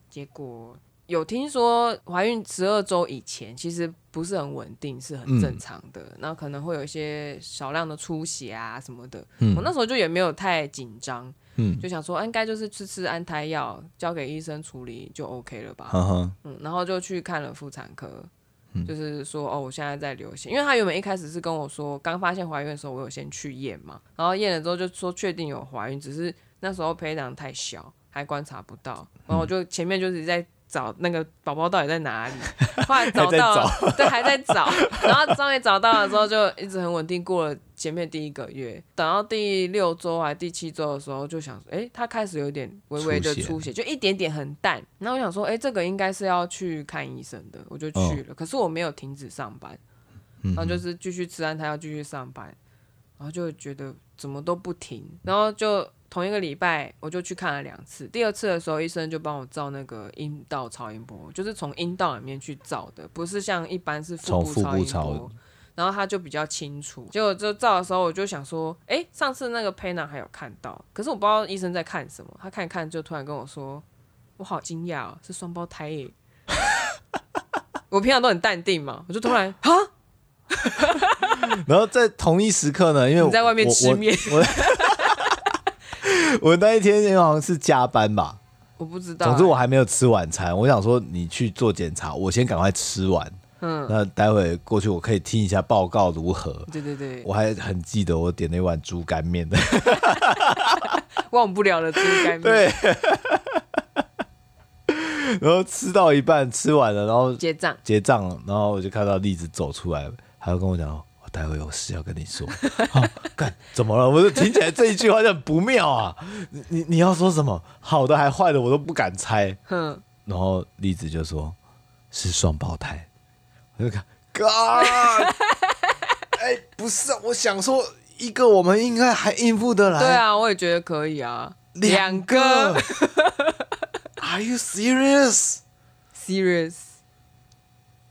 S1: 结果有听说怀孕十二周以前其实不是很稳定，是很正常的，
S2: 嗯
S1: 那可能会有一些少量的出血啊什么的。
S2: 嗯
S1: 我那时候就也没有太紧张，
S2: 嗯
S1: 就想说啊应该就是吃吃安胎药，交给医生处理就 OK 了吧。
S2: 呵呵，
S1: 嗯，然后就去看了妇产科，
S2: 嗯
S1: 就是说哦，我现在在流血，因为他原本一开始是跟我说，刚发现怀孕的时候，我有先去验嘛，然后验了之后就说确定有怀孕，只是那时候胚囊太小，还观察不到，然后我就前面就是在。找那个宝宝到底在哪里？后
S2: <laughs>
S1: 来找到了，对，还在找。然后终于找到了之后，就一直很稳定过了前面第一个月。等到第六周还第七周的时候，就想说，哎，他开始有点微微的
S2: 出血
S1: 出血，就一点点很淡。然后我想说，哎、这个应该是要去看医生的，我就去了。可是我没有停止上班，
S2: 嗯
S1: 然后就是继续吃安胎药，继续上班，然后就觉得怎么都不停，然后就。同一个礼拜，我就去看了两次。第二次的时候，医生就帮我照那个阴道超音波，就是从阴道里面去照的，不是像一般是腹
S2: 从
S1: 部
S2: 腹
S1: 超
S2: 部
S1: 音
S2: 超
S1: 波。然后它就比较清楚。结果就照的时候，我就想说，哎，上次那个胚囊还有看到，可是我不知道医生在看什么。他看一看，就突然跟我说，我好惊讶哦，是双胞胎耶。我平常都很淡定嘛，我就突然 <gasps> 啊，
S2: 然后在同一时刻呢，因为
S1: 你在外面
S2: 我
S1: 吃面，
S2: 我 <laughs> 我我那一天因为好像是加班吧，
S1: 我不知道啊。
S2: 总之我还没有吃晚餐，我想说你去做检查，我先赶快吃完。嗯，那待会过去我可以听一下报告如何。
S1: 对对对，
S2: 我还很记得我点了一碗猪肝面的，
S1: 忘不了的猪肝面
S2: 对， <laughs> 然后吃到一半，吃完了，然后
S1: 结账。
S2: 结账了，然后我就看到栗子走出来，他就跟我讲，我待会有事要跟你说。啊，干怎么了？我就听起来这一句话就很不妙啊！你你你要说什么？好的还坏的，我都不敢猜。
S1: 哼，
S2: 然后栗子就说是双胞胎，我就看，God，哎、不是啊，我想说一个我们应该还应付得来，
S1: 对，啊，我也觉得可以啊。
S2: 两
S1: 个
S2: 个，Are you serious？
S1: serious，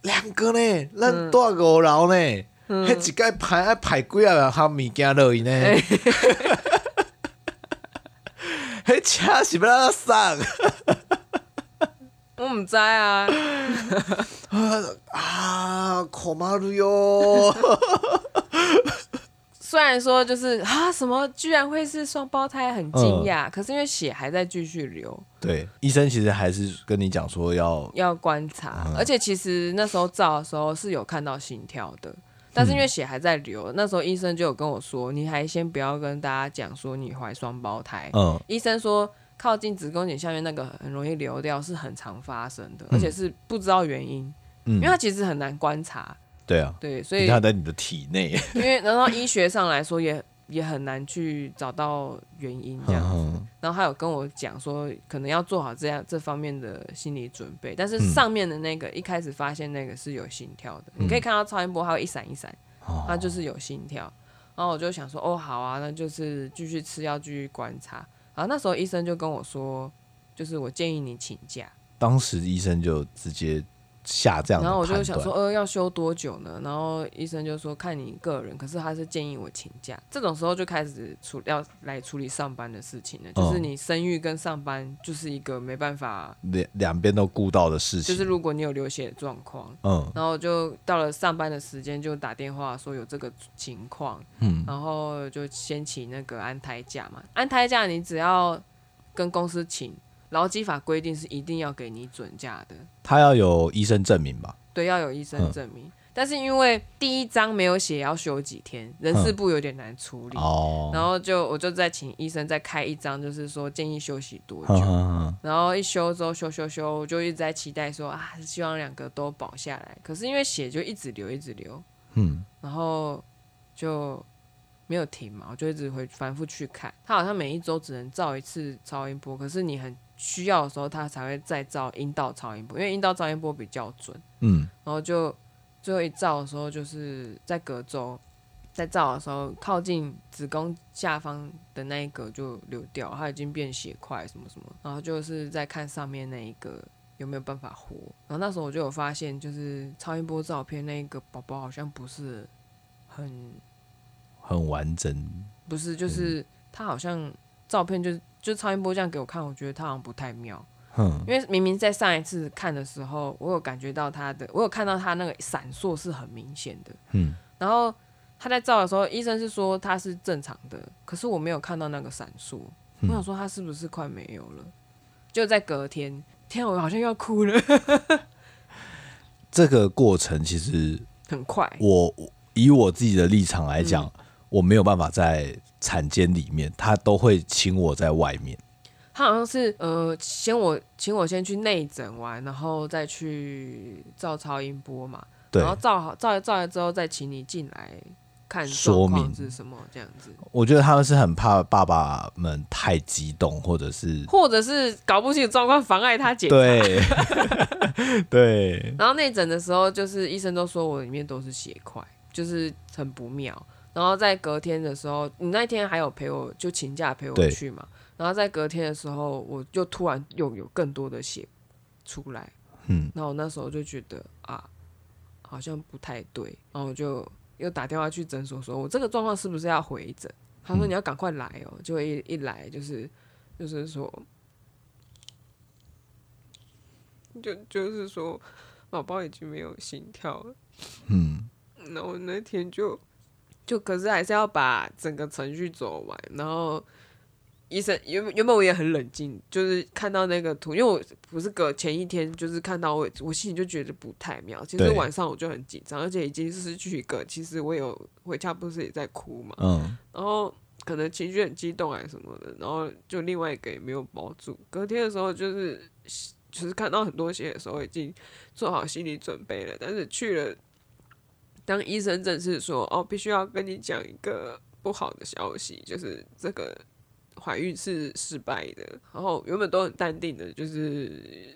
S2: 两个呢，咱大五楼呢，迄、
S1: 嗯
S2: 一届排爱排几啊项物件落去呢？
S1: 哎
S2: 迄车是要安怎送？
S1: <laughs>
S2: <laughs>
S1: 我唔知啊，
S2: 啊，可马路哟！
S1: <laughs> 虽然说就是啊，什么居然会是双胞胎，很惊
S2: 嗯
S1: 讶。可是因为血还在继续流，
S2: 对，医生其实还是跟你讲说要
S1: 要观察。
S2: 嗯
S1: 而且其实那时候照的时候是有看到心跳的，但是因为血还在
S2: 嗯
S1: 流，那时候医生就有跟我说，你还先不要跟大家讲说你怀双胞胎。
S2: 嗯
S1: 医生说，靠近子宫颈下面那个很容易流掉，是很常发生的，而且是不知道原因，因为
S2: 嗯，
S1: 它其实很难观察。
S2: 对啊，
S1: 对，所
S2: 你
S1: 以嗯
S2: 看在你的体内，
S1: 因为然后医学上来说也也很难去找到原因这样子。
S2: 嗯
S1: 然后他有跟我讲说，可能要做好这样这方面的心理准备。但
S2: 嗯
S1: 是上面的那个、一开始发现那个是有心跳的，你
S2: 嗯
S1: 可以看到超音波它会一闪一闪，
S2: 哦
S1: 它就是有心跳。然后我就想说，哦，好啊，那就是继续吃药，继续观察。然后那时候医生就跟我说，就是我建议你请假，
S2: 当时医生就直接下这样的
S1: 然后我就
S2: 判
S1: 想说，
S2: 断。
S1: 呃，要休多久呢？然后医生就说看你个人，可是他是建议我请假。这种时候就开始处要来处理上班的事情了，就是
S2: 嗯
S1: 你生育跟上班就是一个没办法，
S2: 两两边都顾到的事
S1: 就
S2: 情，
S1: 是如果你有流血的状况，
S2: 嗯
S1: 然后就到了上班的时间就打电话说有这个情况，
S2: 嗯
S1: 然后就先请那个安胎假嘛。安胎假你只要跟公司请，劳基法规定是一定要给你准假的。
S2: 他要有医生证明吧？
S1: 对，要有医生
S2: 嗯
S1: 证明。但是因为第一章没有写要休几天，人事部有点难处理，
S2: 嗯哦，
S1: 然后就我就再请医生再开一张，就是说建议休息多久。
S2: 哼哼哼
S1: 然后一休之后休休休，我就一直在期待说啊，希望两个都保下来。可是因为血就一直流一直流，
S2: 嗯，
S1: 然后就没有停嘛，我就一直回反复去看。他好像每一周只能照一次超音波，可是你很需要的时候，他才会再照阴道超音波，因为阴道超音波比较准。
S2: 嗯
S1: 然后就最后一照的时候，就是在隔周在照的时候，靠近子宫下方的那一格就流掉，它已经变血块什么什么，然后就是在看上面那一个有没有办法活。然后那时候我就有发现，就是超音波照片那个宝宝好像不是很
S2: 很完整，
S1: 不
S2: 嗯
S1: 是，就是他好像照片就就超音波这样给我看，我觉得他好像不太妙。
S2: 哼，
S1: 因为明明在上一次看的时候，我有感觉到他的，我有看到他那个闪烁是很明显的。
S2: 嗯，
S1: 然后他在照的时候，医生是说他是正常的，可是我没有看到那个闪烁。
S2: 嗯
S1: 我想说他是不是快没有了？就在隔天，天啊，我好像要哭了， <laughs>
S2: 这个过程其实
S1: 很快。
S2: 我以我自己的立场来讲，
S1: 嗯
S2: 我没有办法在产间里面，他都会请我在外面。
S1: 他好像是呃，先我请我先去内诊完，然后再去照超音波嘛，
S2: 对
S1: 然，后照好照照了之后，再请你进来看
S2: 说
S1: 状况
S2: 明
S1: 是什么这样子。
S2: 我觉得他们是很怕爸爸们太激动，或者是
S1: 或者是搞不清楚状况妨碍他检查。
S2: 对对， <laughs>
S1: 然后内诊的时候，就是医生都说我里面都是血块，就是很不妙。然后在隔天的时候，你那天还有陪我就请假陪我
S2: 对
S1: 去嘛。然后在隔天的时候，我就突然又有更多的血出来，
S2: 嗯，
S1: 然后我那时候就觉得啊，好像不太对，然后我就又打电话去诊所说，我这个状况是不是要回诊？他说你要赶快来哦、结果一一来就是就是说，就就是说宝宝已经没有心跳了，嗯，然后我那天就就可是还是要把整个程序走完，然后。医生原本原本我也很冷静，就是看到那个图，因为我不是隔前一天就是看到我，我心里就觉得不太妙。其实
S2: 对
S1: 晚上我就很紧张，而且已经失去一个，其实我有回家不是也在哭嘛，
S2: 嗯，
S1: 然后可能情绪很激动还是什么的，然后就另外一个也没有保住。隔天的时候就是就是看到很多血的时候已经做好心理准备了，但是去了，当医生正式说哦，必须要跟你讲一个不好的消息，就是这个怀孕是失败的。然后原本都很淡定的，就是。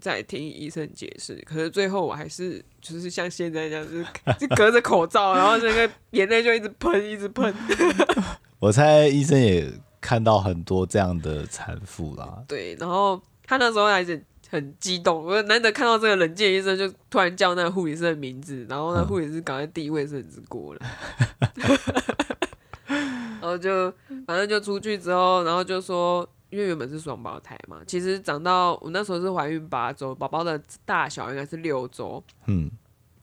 S1: 在听医生解释，可是最后我还是就是像现在这样，就是就隔着口罩，然后那个 <laughs> 眼泪就一直喷，一直喷。
S2: 我猜医生也看到很多这样的产妇啦，
S1: 对，然后他那时候还是很激动，我难得看到这个冷静的医生，就突然叫那个护理师的名字，然后那护理师赶快递卫生纸过来， <laughs> 然后就反正就出去之后，然后就说。因为原本是双胞胎嘛，其实长到我那时候是怀孕八周，宝宝的大小应该是六周，
S2: 嗯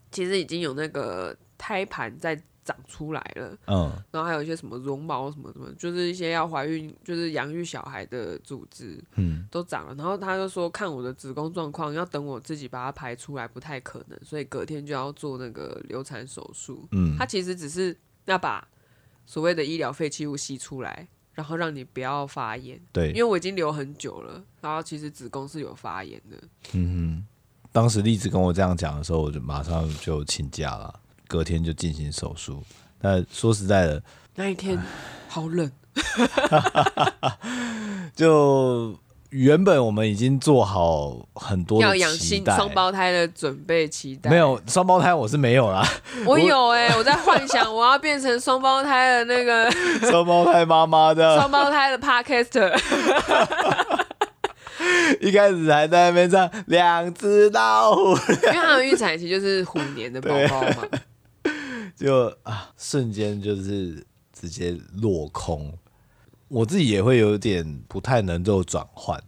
S1: 其实已经有那个胎盘在长出来了。
S2: 嗯
S1: 然后还有一些什么绒毛什么什么，就是一些要怀孕就是养育小孩的组织
S2: 嗯，
S1: 都长了。然后他就说看我的子宫状况，要等我自己把它排出来不太可能，所以隔天就要做那个流产手术。
S2: 嗯
S1: 他其实只是要把所谓的医疗废弃物吸出来，然后让你不要发炎，因
S2: 对，
S1: 为我已经留很久了，然后其实子宫是有发炎的。
S2: 嗯哼，当时栗子跟我这样讲的时候，我就马上就请假了，隔天就进行手术。但说实在的，
S1: 那一天好冷，
S2: 就原本我们已经做好很多
S1: 要
S2: 的
S1: 养
S2: 期
S1: 新
S2: 待，
S1: 双胞胎的准备期待
S2: 没。有双胞胎我是没有啦，
S1: 我有哎、我在幻想我要变成双胞胎的那
S2: <laughs>
S1: 个 <laughs>
S2: 双胞胎妈妈的
S1: 双胞胎的 podcaster，
S2: 一开始还在那边唱两只老虎，
S1: 因为他们预产期就是虎年的宝宝嘛，
S2: 就啊，瞬间就是直接落空。我自己也会有点不太能够转换，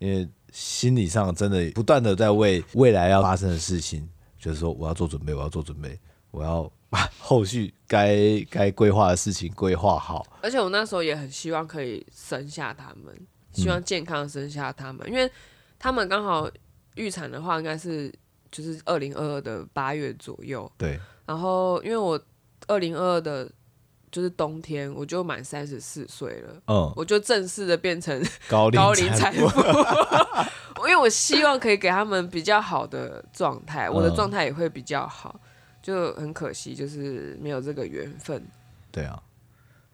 S2: 因为心理上真的不断的在为未来要发生的事情，就是说我要做准备，我要做准备，我要把后续该该规划的事情规划好。
S1: 而且我那时候也很希望可以生下他们，希
S2: 嗯
S1: 望健康地生下他们，因为他们刚好预产的话，应该是就是二零二二的八月左右。 <laughs>
S2: 对，
S1: 然后因为我二零二二的，就是冬天，我就满三十四岁了，
S2: 嗯，
S1: 我就正式的变成
S2: 高
S1: 高
S2: 龄
S1: 龄
S2: 产
S1: 产
S2: 妇
S1: 妇， <laughs> 因为我希望可以给他们比较好的状态，我的
S2: 嗯
S1: 状态也会比较好，就很可惜，就是没有这个缘分。
S2: <laughs> 对啊，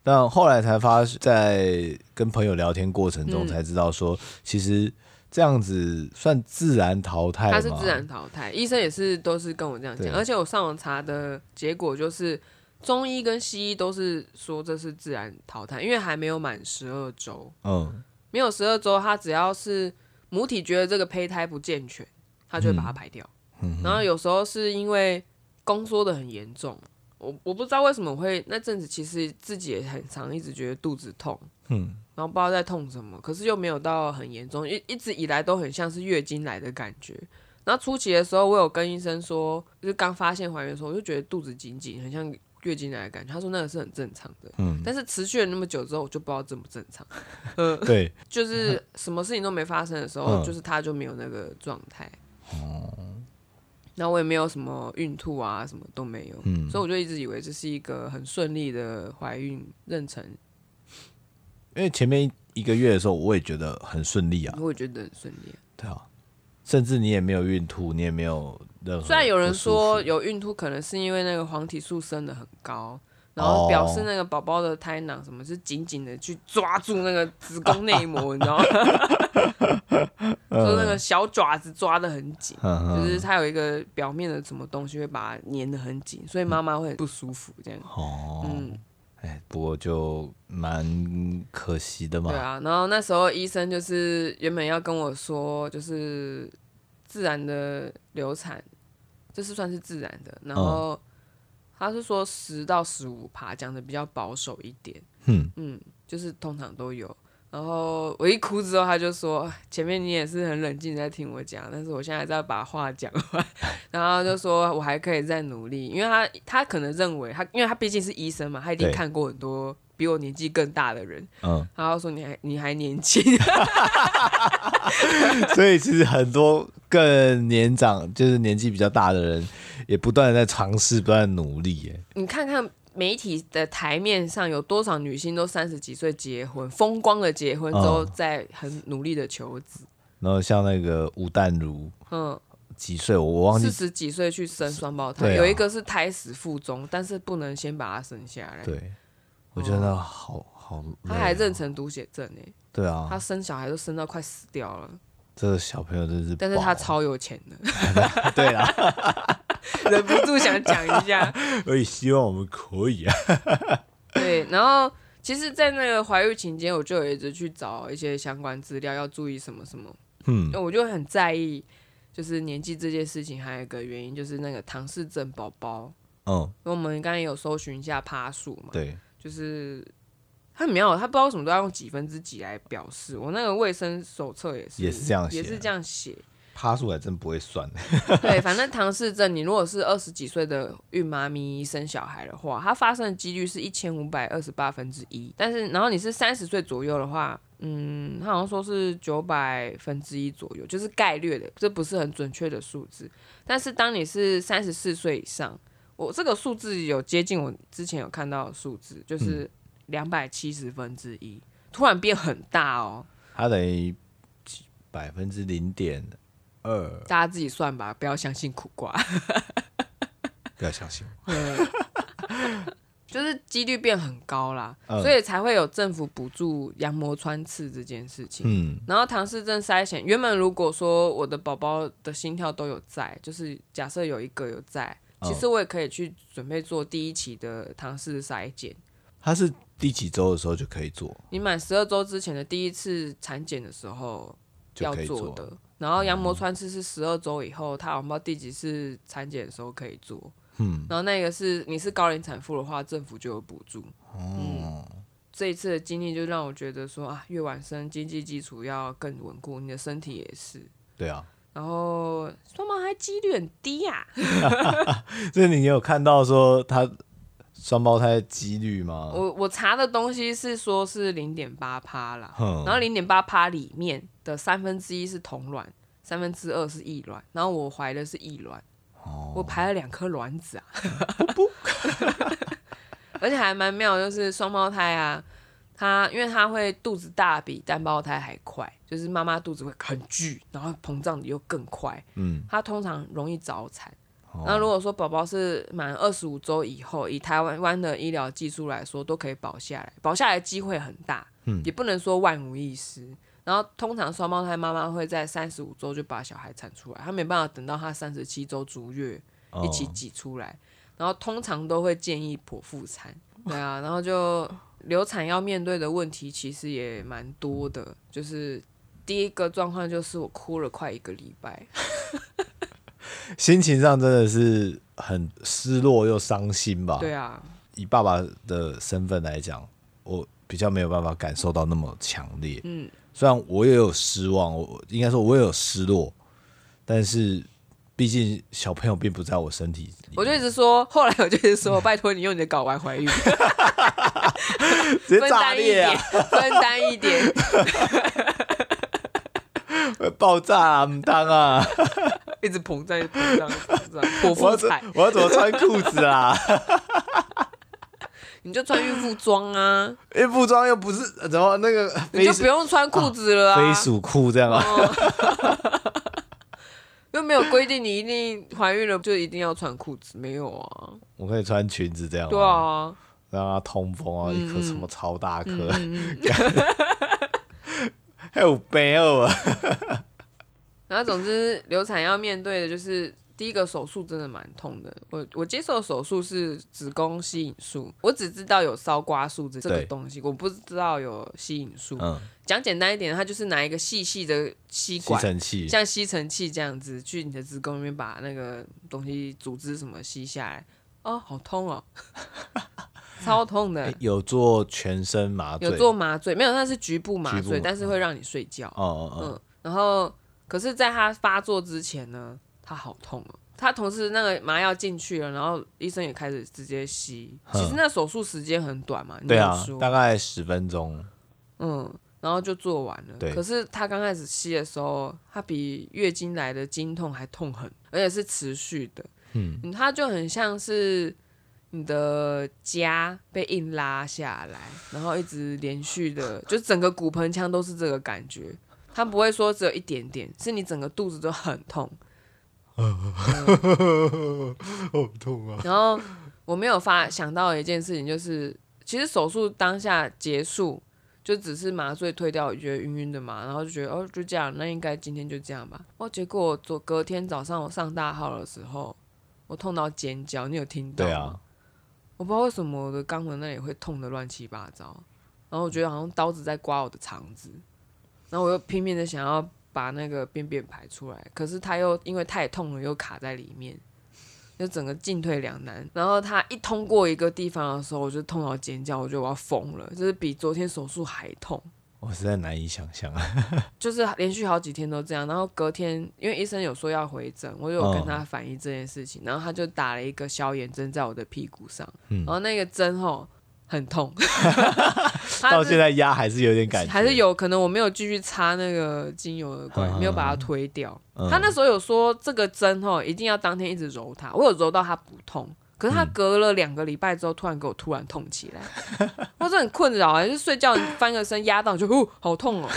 S2: 但后来才发，在跟朋友聊天过程中
S1: 嗯
S2: 才知道说，其实这样子算自然淘汰吗？
S1: 他是自然淘汰，医生也是都是跟我这样
S2: 对
S1: 讲，而且我上网查的结果就是，中医跟西医都是说这是自然淘汰，因为还没有满十二周，
S2: 嗯，
S1: 没有十二周，他只要是母体觉得这个胚胎不健全，他就会把它排掉。
S2: 嗯
S1: 然后有时候是因为宫缩的很严重，我我不知道为什么会那阵子，其实自己也很常一直觉得肚子痛，
S2: 嗯，
S1: 然后不知道在痛什么，可是又没有到很严重，一一直以来都很像是月经来的感觉。然后初期的时候，我有跟医生说，就是刚发现怀孕的时候，我就觉得肚子紧紧，很像月经来的感觉。他说那个是很正常的，
S2: 嗯
S1: 但是持续了那么久之后，我就不知道正不正常。
S2: 对，
S1: 就是什么事情都没发生的时候，
S2: 嗯哦
S1: 就是他就没有那个状态。然后我也没有什么孕吐啊，什么都没有，
S2: 嗯
S1: 所以我就一直以为这是一个很顺利的怀孕妊娠，
S2: 因为前面一个月的时候，我也觉得很顺利啊，
S1: 我也觉得很顺利。
S2: 对啊，甚至你也没有孕吐，你也没有任何，
S1: 虽然有人说，有孕吐可能是因为那个黄体素升的很高，然后
S2: 哦
S1: 表示那个宝宝的胎囊什么是紧紧的去抓住那个子宫内膜，你知道吗？就那个小爪子抓的很紧。
S2: 嗯嗯，
S1: 就是它有一个表面的什么东西会把它粘得很紧，所以妈妈会很不舒服这样。
S2: 哦，
S1: 嗯，
S2: 哎，不过就蛮可惜的嘛，
S1: 对啊。然后那时候医生就是原本要跟我说，就是自然的流产，这是算是自然的。然后他是说十到十五趴，讲的比较保守一点。
S2: 嗯
S1: 嗯，就是通常都有。然后我一哭之后，他就说：“哎前面你也是很冷静在听我讲，但是我现在还是要把话讲完。”然后就说我还可以再努力，因为他他可能认为他，因为他毕竟是医生嘛，他一定
S2: 对
S1: 看过很多比我年纪更大的人，
S2: 嗯， <laughs>
S1: 然后说你还你还年轻，
S2: 所以其实很多更年长，就是年纪比较大的人，也不断的在尝试，不断地努力，耶。
S1: 你看看媒体的台面上有多少女星都三十几岁结婚，风光的结婚之后，
S2: 嗯
S1: 在很努力的求子，
S2: 然后像那个吴淡如
S1: 嗯，
S2: 几岁，我我忘
S1: 四
S2: 记
S1: 十几岁去生双胞胎，
S2: 哦对啊
S1: 有一个是胎死腹中，但是不能先把它生下来。
S2: 对，我觉得好好累
S1: 哦他
S2: 啊，
S1: 还妊娠毒血症呢、
S2: 对啊，
S1: 他生小孩都生到快死掉了，
S2: 这个小朋友真是，
S1: 但是他，超有钱的， <laughs>
S2: <laughs> 对啊，
S1: 忍不住想讲一下。
S2: 我也希望我们可以啊，
S1: 对，然后其实，在那个怀孕期间，我就有一直去找一些相关资料，要注意什么什么。
S2: 嗯，
S1: 我就很在意，就是年纪这件事情，还有一个原因就是那个唐氏症宝宝。
S2: <laughs> 嗯，
S1: 那我们刚才有搜寻一下趴数嘛，
S2: 对，
S1: 就是他很妙，他不知道为什么都要用几分之几来表示。我那个卫生手册也是
S2: 也是这样写
S1: 也是这样写。
S2: 趴数还真不会算，
S1: 对，反正唐氏症，你如果是二十几岁的孕妈咪生小孩的话，它发生的几率是一千五百二十八分之一。但是，然后你是三十岁左右的话，嗯，它好像说是九百分之一左右，就是概率的，这不是很准确的数字。但是当你是三十四岁以上，我这个数字有接近我之前有看到的数字，就是两百七十分之一，突然变很大哦。
S2: 它等于百分之零点二，
S1: 大家自己算吧，不要相信苦瓜。
S2: 不要相信我，
S1: <laughs> 就是几率变很高啦，
S2: 嗯
S1: 所以才会有政府补助羊膜穿刺这件事情。
S2: <laughs> 嗯，
S1: 然后唐氏症筛选，原本如果说我的宝宝的心跳都有在，就是假设有一个有在，
S2: 嗯
S1: 其实我也可以去准备做第一期的唐氏筛检。
S2: 它是第几周的时候就可以做，
S1: 你满十二周之前的第一次产检的时候，
S2: 就
S1: 要
S2: 可以
S1: 做
S2: 做嗯
S1: 的。然后羊膜穿刺是十二周以后，她红包第几次产检的时候可以做。嗯，然后那个是你是高龄产妇的话，政府就有补助。嗯
S2: 哦，
S1: 这一次的经历就让我觉得说啊，越晚生经济基础要更稳固，你的身体也是。
S2: 对啊，
S1: 然后双胞胎几率很低啊呀、
S2: 这你有看到说他双胞胎的几率吗？
S1: 我我查的东西是说是零点八趴啦，
S2: 哼
S1: 然后零点八趴里面的三分之一是同卵，三分之二是异卵，然后我怀的是异卵，
S2: 哦
S1: 我排了两颗卵子啊， <laughs> 而且还蛮妙，就是双胞胎啊，它因为它会肚子大比单胞胎还快，就是妈妈肚子会很巨，然后膨胀的又更快，
S2: 嗯，
S1: 它通常容易早产。
S2: 哦
S1: 那如果说宝宝是满二十五周以后，以台湾湾的医疗技术来说，都可以保下来，保下来机会很大，
S2: 嗯
S1: 也不能说万无一失。然后通常双胞胎妈妈会在三十五周就把小孩产出来，她没办法等到她三十七周足月一起
S2: 哦
S1: 挤出来。然后通常都会建议剖腹
S2: <laughs>
S1: 产，对啊，然后就流产要面对的问题其实也蛮多的，就是第一个状况就是我哭了快一个礼拜，
S2: 心情上真的是很失落又伤心吧。
S1: 对啊，
S2: 以爸爸的身份来讲，我比较没有办法感受到那么强烈。嗯，虽然我也有失望，我应该说我也有失落，但是毕竟小朋友并不在我身体里面，
S1: 我就一直说，后来我就一直
S2: 嗯
S1: 说，拜托你用你的睾丸怀孕，
S2: 直接
S1: 分
S2: 炸
S1: 担一
S2: 裂
S1: 点
S2: 啊，，
S1: 分担一点。
S2: 会爆炸啊，唔
S1: <laughs>
S2: 当啊，
S1: 一直膨胀，一直膨胀，一直膨胀，剖
S2: <laughs> 我
S1: 腹
S2: 要怎
S1: 产，
S2: 我要怎么穿裤子啊？
S1: 你就穿孕妇装
S2: <laughs>
S1: 啊，
S2: 因为服装又不是怎么那个
S1: 你
S2: 飞
S1: 就
S2: 鼠
S1: 不用穿裤子了
S2: 飞
S1: 啊，
S2: 鼠裤这样啊？ <laughs>
S1: 又没有规定你一定怀孕了就一定要穿裤子，没有啊，
S2: 我可以穿裙子这样吗？
S1: 对啊，嗯
S2: 让它通风啊，一颗什么超大颗， <laughs> 还有背后啊，
S1: 然后总之流产要面对的就是。第一个手术真的蛮痛的，我我接受的手术是子宫吸引术，我只知道有烧瓜素这这个
S2: 对
S1: 东西，我不知道有吸引术。
S2: 嗯，
S1: 讲简单一点，它就是拿一个细细的吸
S2: 吸
S1: 管，
S2: 尘器，
S1: 像吸尘器这样子，去你的子宫里面把那个东西组织什么吸下来。哦，好痛哦， <laughs> 超痛的
S2: 欸。有做全身麻醉，
S1: 有做麻醉没有？那是局部麻
S2: 局部
S1: 醉，但是会让你睡觉。
S2: 哦哦哦，
S1: 嗯，然后可是在他发作之前呢，他好痛哦。他同时那个麻药进去了，然后医生也开始直接吸。
S2: 嗯
S1: 其实那手术时间很短嘛，你嗯
S2: 对
S1: 有
S2: 啊
S1: 说，
S2: 大概十分钟，
S1: 嗯，然后就做完了。
S2: 对
S1: 可是她刚开始吸的时候，她比月经来的经痛还痛很，而且是持续的。嗯，她就很像是你的痂被硬拉下来，然后一直连续的，就整个骨盆腔都是这个感觉。它不会说只有一点点，是你整个肚子都很痛。
S2: 好痛啊！
S1: 然后我没有发想到一件事情，就是其实手术当下结束，就只是麻醉退掉，觉得晕晕的嘛，然后就觉得哦就这样，那应该今天就这
S2: <laughs>
S1: 样吧。哦，结果我昨隔天早上我上大号的时候，我痛到尖叫，你有听到？
S2: 对啊，，
S1: 我不知道为什么我的肛门那里会痛的乱七八糟，然后我觉得好像刀子在刮我的肠子，然后我又拼命的想要把那个便便排出来，可是它又因为太痛了又卡在里面，就整个进退两难。然后它一通过一个地方的时候，我就痛到尖叫，我觉得我要疯了，就是比昨天手术还痛。
S2: 我实在难以想象啊，
S1: 就是连续好几天都这样，然后隔天因为医生有说要回诊，我有
S2: 嗯
S1: 跟他反映这件事情，然后他就打了一个消炎针在我的屁股上，
S2: 嗯
S1: 然后那个针吼很
S2: <laughs>
S1: 痛，
S2: 到
S1: 他
S2: 现
S1: 是
S2: 在压还是有点感觉，
S1: 还是有可能我没有继续擦那个精油的关系，
S2: 嗯
S1: 没有把它推掉。
S2: 嗯
S1: 他那时候有说这个针吼一定要当天一直揉它，我有揉到它不痛。可
S2: 嗯
S1: 是他隔了两个礼拜之后，突然给我突然痛起来， <laughs> 我真的很困扰啊！就是睡觉你翻个身压到，你就哦好痛哦，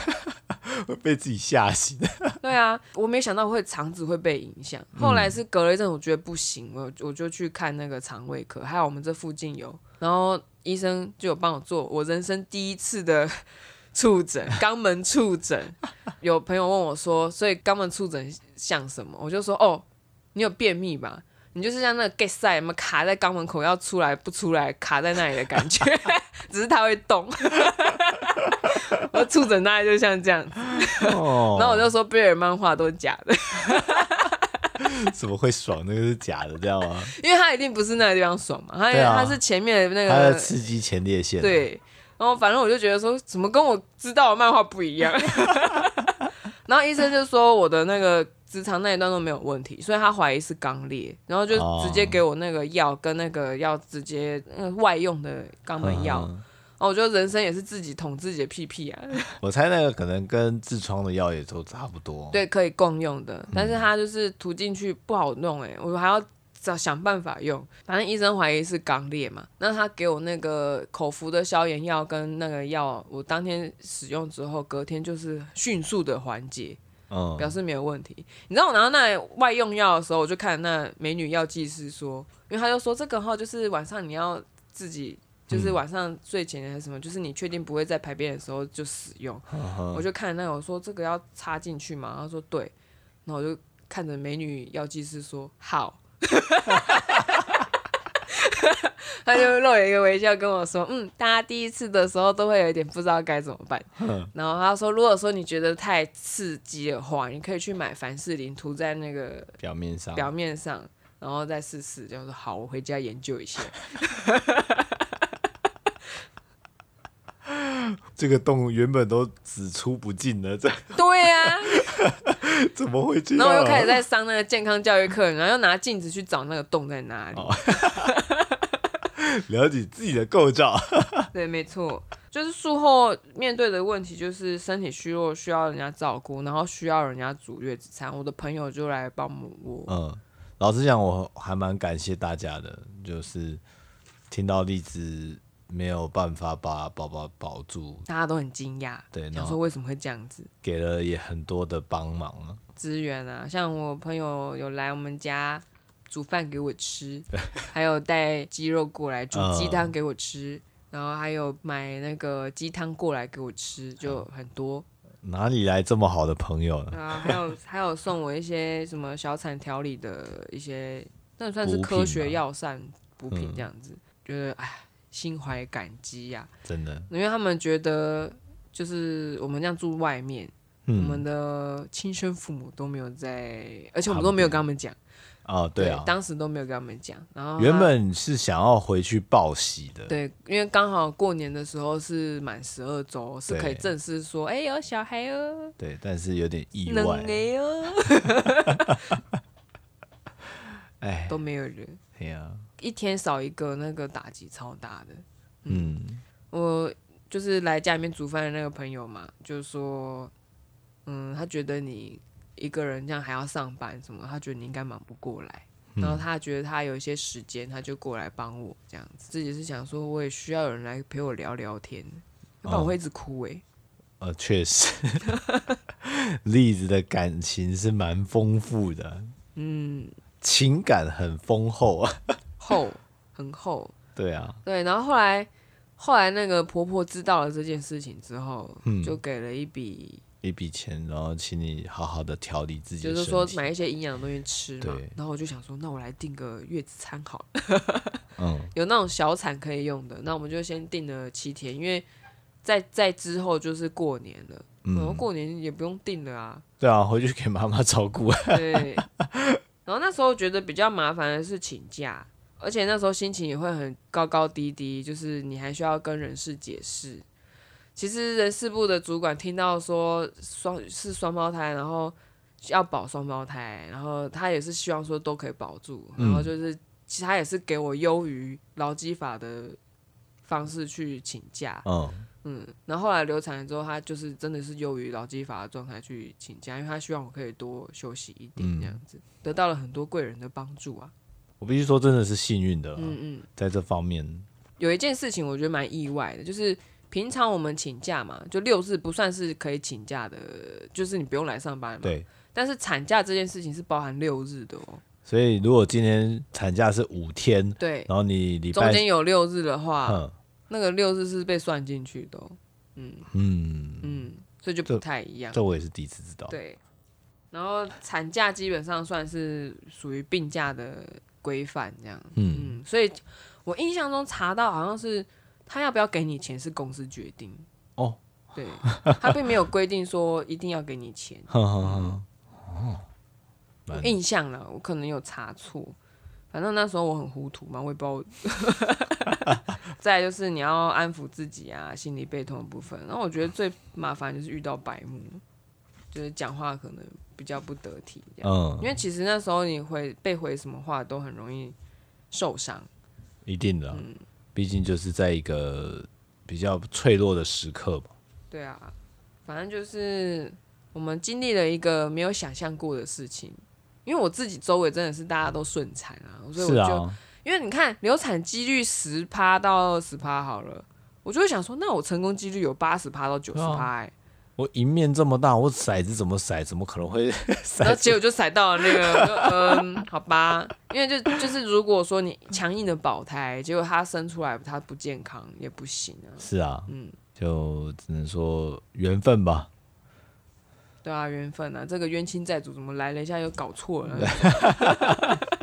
S2: 被自己吓醒，
S1: 对啊，我没想到会肠子会被影响。后来是隔了一阵，我觉得不行，我我就去看那个肠胃科，还有我们这附近有，然后医生就有帮我做我人生第一次的 <laughs> 触诊，肛门触诊。有朋友问我说，所以肛门触诊像什么？我就说哦，你有便秘吧？你就是像那个 get 塞，有没有 <laughs> 卡在肛门口要出来不出来，卡在那里的感觉，只是它会动。 <laughs> 我触诊大概就像这样子，
S2: 哦，
S1: 然后我就说贝尔漫画都是假的，
S2: <laughs>
S1: <laughs>
S2: 怎么会爽？那个是假的，这样啊吗？
S1: 因为他一定不是那个地方爽嘛，他因
S2: 对
S1: 为
S2: 啊
S1: 他是前面的那
S2: 它在
S1: 个
S2: 刺激前列
S1: 呃
S2: 腺、，啊
S1: 对，然后反正我就觉得说，怎么跟我知道的漫画不一样？ <laughs> 然后医生就说我的那个直肠那一段都没有问题，所以他怀疑是肛裂，然后就
S2: 哦
S1: 直接给我那个药跟那个要直接呃外用的肛门药。
S2: 嗯
S1: 然后我觉得人生也是自己捅自己的屁屁啊，
S2: 我猜那个可能跟痔疮的药也都差不多。，
S1: 对，可以共用的，但是它就是涂进去不好弄哎、我还要找想办法用。反正医生怀疑是肛裂嘛，那他给我那个口服的消炎药跟那个药，我当天使用之后，隔天就是迅速的缓解，
S2: 嗯，
S1: 表示没有问题。你知道我拿到那外用药的时候，我就看那美女药剂师说，因为他就说这个哈就是晚上你要自己。就是晚上睡前还是什么，就是你确定不会在排便的时候就使用，
S2: 嗯哼
S1: 我就看那个我说这个要插进去吗？他说对，然后我就看着美女药剂师说好， <laughs> 他就露了一个微笑跟我说，嗯，大家第一次的时候都会有一点不知道该怎么办，然后他说如果说你觉得太刺激的话，你可以去买凡士林涂在那个
S2: 表面上，
S1: 表面上，然后再试试。就说好，我回家研究一下。 <laughs>
S2: 这个洞原本都只出不进的，这 <laughs>
S1: 对呀、
S2: 怎么会这
S1: 然
S2: 样、
S1: 后
S2: 啊？
S1: 我又开始在上那个健康教育课，然后又拿镜子去找那个洞在哪里。
S2: 了解自己的构造。
S1: 对，没错，就是术后面对的问题就是身体虚弱，需要人家照顾，然后需要人家煮月子餐。我的朋友就来帮我，
S2: 嗯，老实讲，我还蛮感谢大家的，就是听到荔枝没有办法把宝宝保住，
S1: 大家都很惊讶，
S2: 对，然
S1: 想说
S2: 后
S1: 为什么会这样子。
S2: 给了也很多的帮忙啊。
S1: 资源啊，像我朋友有来我们家煮饭给我
S2: <laughs>
S1: 吃，还有带鸡肉过来煮
S2: 嗯
S1: 鸡汤给我吃，然后还有买那个鸡汤过来给我吃，就
S2: 嗯
S1: 很多。
S2: 哪里来这么好的朋友呢？
S1: 啊，还有还有送我一些什么小产调理的一些，那算是
S2: 补
S1: 科
S2: 品
S1: 学
S2: 吗
S1: 药膳补品
S2: 嗯
S1: 这样子，觉得哎，心怀感激呀、
S2: 真的，
S1: 因为他们觉得就是我们这样住外面，我
S2: 嗯，
S1: 们的亲生父母都没有在，而且我
S2: 他
S1: 们
S2: 们
S1: 都没有跟他们讲，
S2: 哦，对啊，
S1: 当时都没有跟他们讲，然后
S2: 原
S1: 他
S2: 本是想要回去报喜的，
S1: 对，因为刚好过年的时候是满十二周，是可以
S2: 对
S1: 正式说，哎、有小孩哦，
S2: 对，但是有点意
S1: 能
S2: 外，
S1: 哎哦，
S2: 哎，
S1: 都没有人。
S2: 对啊呀，
S1: 一天少一个，那个打击超大的。
S2: 嗯，
S1: 我就是来家里面煮饭的那个朋友嘛，就说，嗯，他觉得你一个人这样还要上班什么，他觉得你应该忙不过来。然后他觉得他有一些时间，他就过来帮我这样子。自己是想说，我也需要有人来陪我聊聊天，要不然我会一直哭欸诶、
S2: 呃，确实， <laughs> 栗子的感情是蛮丰富的，
S1: 嗯，
S2: 情感很丰厚啊，
S1: 厚很厚。
S2: 对啊，
S1: 对，然后后来后来那个婆婆知道了这件事情之后，
S2: 嗯
S1: 就给了一笔
S2: 一笔钱，然后请你好好的调理自己
S1: 就
S2: 的身
S1: 是
S2: 体，
S1: 说买一些营养的东西吃嘛
S2: 对。
S1: 然后我就想说，那我来订个月子餐好了，
S2: 嗯，
S1: 有那种小产可以用的，那我们就先订了七天，因为在在之后就是过年了，然后
S2: 嗯，
S1: 过年也不用订了啊。
S2: 对啊，回去给妈妈照顾，啊
S1: 对。然后那时候觉得比较麻烦的是请假，而且那时候心情也会很高高低低，就是你还需要跟人事解释。其实人事部的主管听到说双是双胞胎，然后要保双胞胎，然后他也是希望说都可以保住，然后就是、其实他也是给我优于劳基法的方式去请假，
S2: 嗯，
S1: 嗯，然后后来流产了之后，他就是真的是由于劳基法的状态去请假，因为他希望我可以多休息一点，
S2: 嗯
S1: 这样子、得到了很多贵人的帮助啊。
S2: 我必须说真的是幸运的啦，
S1: 嗯嗯，
S2: 在这方面，
S1: 有一件事情我觉得蛮意外的，就是平常我们请假嘛，就六日不算是可以请假的，就是你不用来上班嘛。。
S2: 对，
S1: 但是产假这件事情是包含六日的哦。
S2: 所以如果今天产假是五天，
S1: 对，
S2: 然后你哦礼
S1: 中
S2: 拜，
S1: 间有啊六日的话，
S2: 嗯
S1: 那个六日是被算进去的、哦。嗯
S2: 嗯，
S1: 嗯，所以就不
S2: 这
S1: 太一样。
S2: 这我也是第一次知道，
S1: 对，然后产假基本上算是属于病假的规范这样。
S2: 嗯，
S1: 嗯，所以我印象中查到好像是他要不要给你钱是公司决定，
S2: 哦，
S1: 对他并没有规定说一定要给你钱，
S2: 哼哼哼，哦
S1: 我
S2: <laughs> 蛮
S1: 印象了，我可能有查错，反正那时候我很糊涂嘛，我也不知道我。 <laughs> 再来就是你要安抚自己啊，心理被痛的部分。然后我觉得最麻烦就是遇到白目，就是讲话可能比较不得体这样。
S2: 嗯，
S1: 因为其实那时候你回被回什么话都很容易受伤，
S2: 一定的啊，
S1: 嗯
S2: 毕竟就是在一个比较脆弱的时刻吧。
S1: 对啊，反正就是我们经历了一个没有想象过的事情。因为我自己周围真的是大家都顺产啊，所以我
S2: 是
S1: 就、
S2: 啊，
S1: 因为你看流产几率十趴到二十趴好了，我就会想说，那我成功几率有八十趴到九
S2: 哦
S1: 十趴，哎、
S2: 我赢面这么大，我骰子怎么骰？怎么可能会
S1: 然后
S2: 骰
S1: 结
S2: 出？
S1: 果就踩到了那个，我就嗯，好吧，因为就就是如果说你强硬的保胎，结果他生出来他不健康也不行啊，
S2: 是啊，
S1: 嗯
S2: 就只能说缘分吧。
S1: 对啊，缘分啊，这个冤亲债主怎么来了一下又搞错了？
S2: <laughs>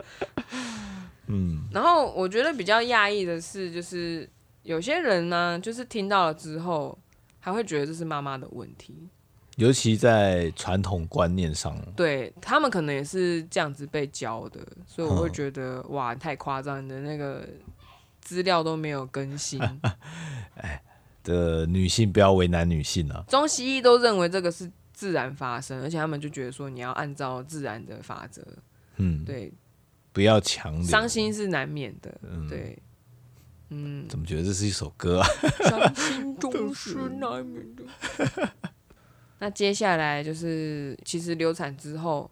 S2: 嗯，
S1: 然后我觉得比较讶异的是，就是有些人呢，就是听到了之后，还会觉得这是妈妈的问题，
S2: 尤其在传统观念上，
S1: 对他们可能也是这样子被教的，所以我会
S2: 嗯
S1: 觉得、哇，太夸张，你的那个资料都没有更新， <laughs>
S2: 的女性不要为难女性啊。
S1: 中西医都认为这个是自然发生，而且他们就觉得说你要按照自然的法则，
S2: 嗯，
S1: 对，
S2: 不要强留。
S1: 伤心是难免的，
S2: 嗯
S1: 对，嗯，
S2: 怎么觉得这是一首歌啊？ <laughs>
S1: 伤心终是难免的。 <laughs> 那接下来就是，其实流产之后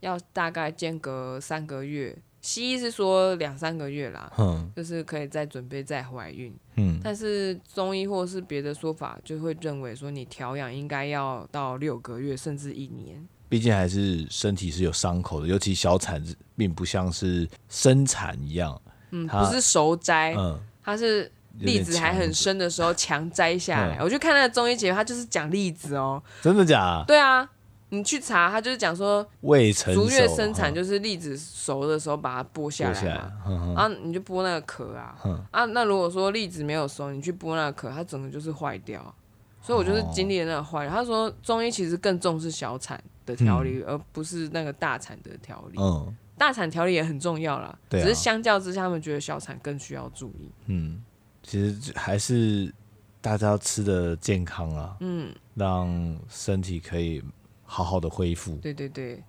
S1: 要大概间隔三个月，西医是说两三个月啦，
S2: 哼，
S1: 就是可以再准备再怀孕。
S2: 嗯，
S1: 但是中医或是别的说法，就会认为说你调养应该要到六个月甚至一年。
S2: 毕竟还是身体是有伤口的，尤其小产并不像是生产一样，
S1: 嗯，
S2: 它
S1: 不是熟摘，
S2: 嗯，
S1: 它是
S2: 有
S1: 粒
S2: 点
S1: 子还
S2: 强
S1: 很深的时候强摘下来。
S2: 嗯
S1: 我就看那个中医节目，它就是讲粒子哦。
S2: 真的假的？
S1: 对啊，你去查，它就是讲说
S2: 未成熟
S1: 足月生产
S2: 就
S1: 就是栗子熟的时候把它剥下
S2: 下
S1: 来
S2: 来
S1: 嘛，，
S2: 哼哼
S1: 啊，你就剥那个壳啊
S2: 嗯，
S1: 啊，那如果说栗子没有熟，你去剥那个壳，它整个就是坏掉。所以我就是经历了那个坏。他说中医其实更重视小产的调理，而不是那个大产的调理。
S2: 嗯
S1: 大产调理也很重要啦，
S2: 对啊
S1: 只是相较之下，他们觉得小产更需要注意。
S2: 嗯，其实就还是大家要吃的健康啊，
S1: 嗯，
S2: 让身体可以好好的恢复。
S1: 对对对。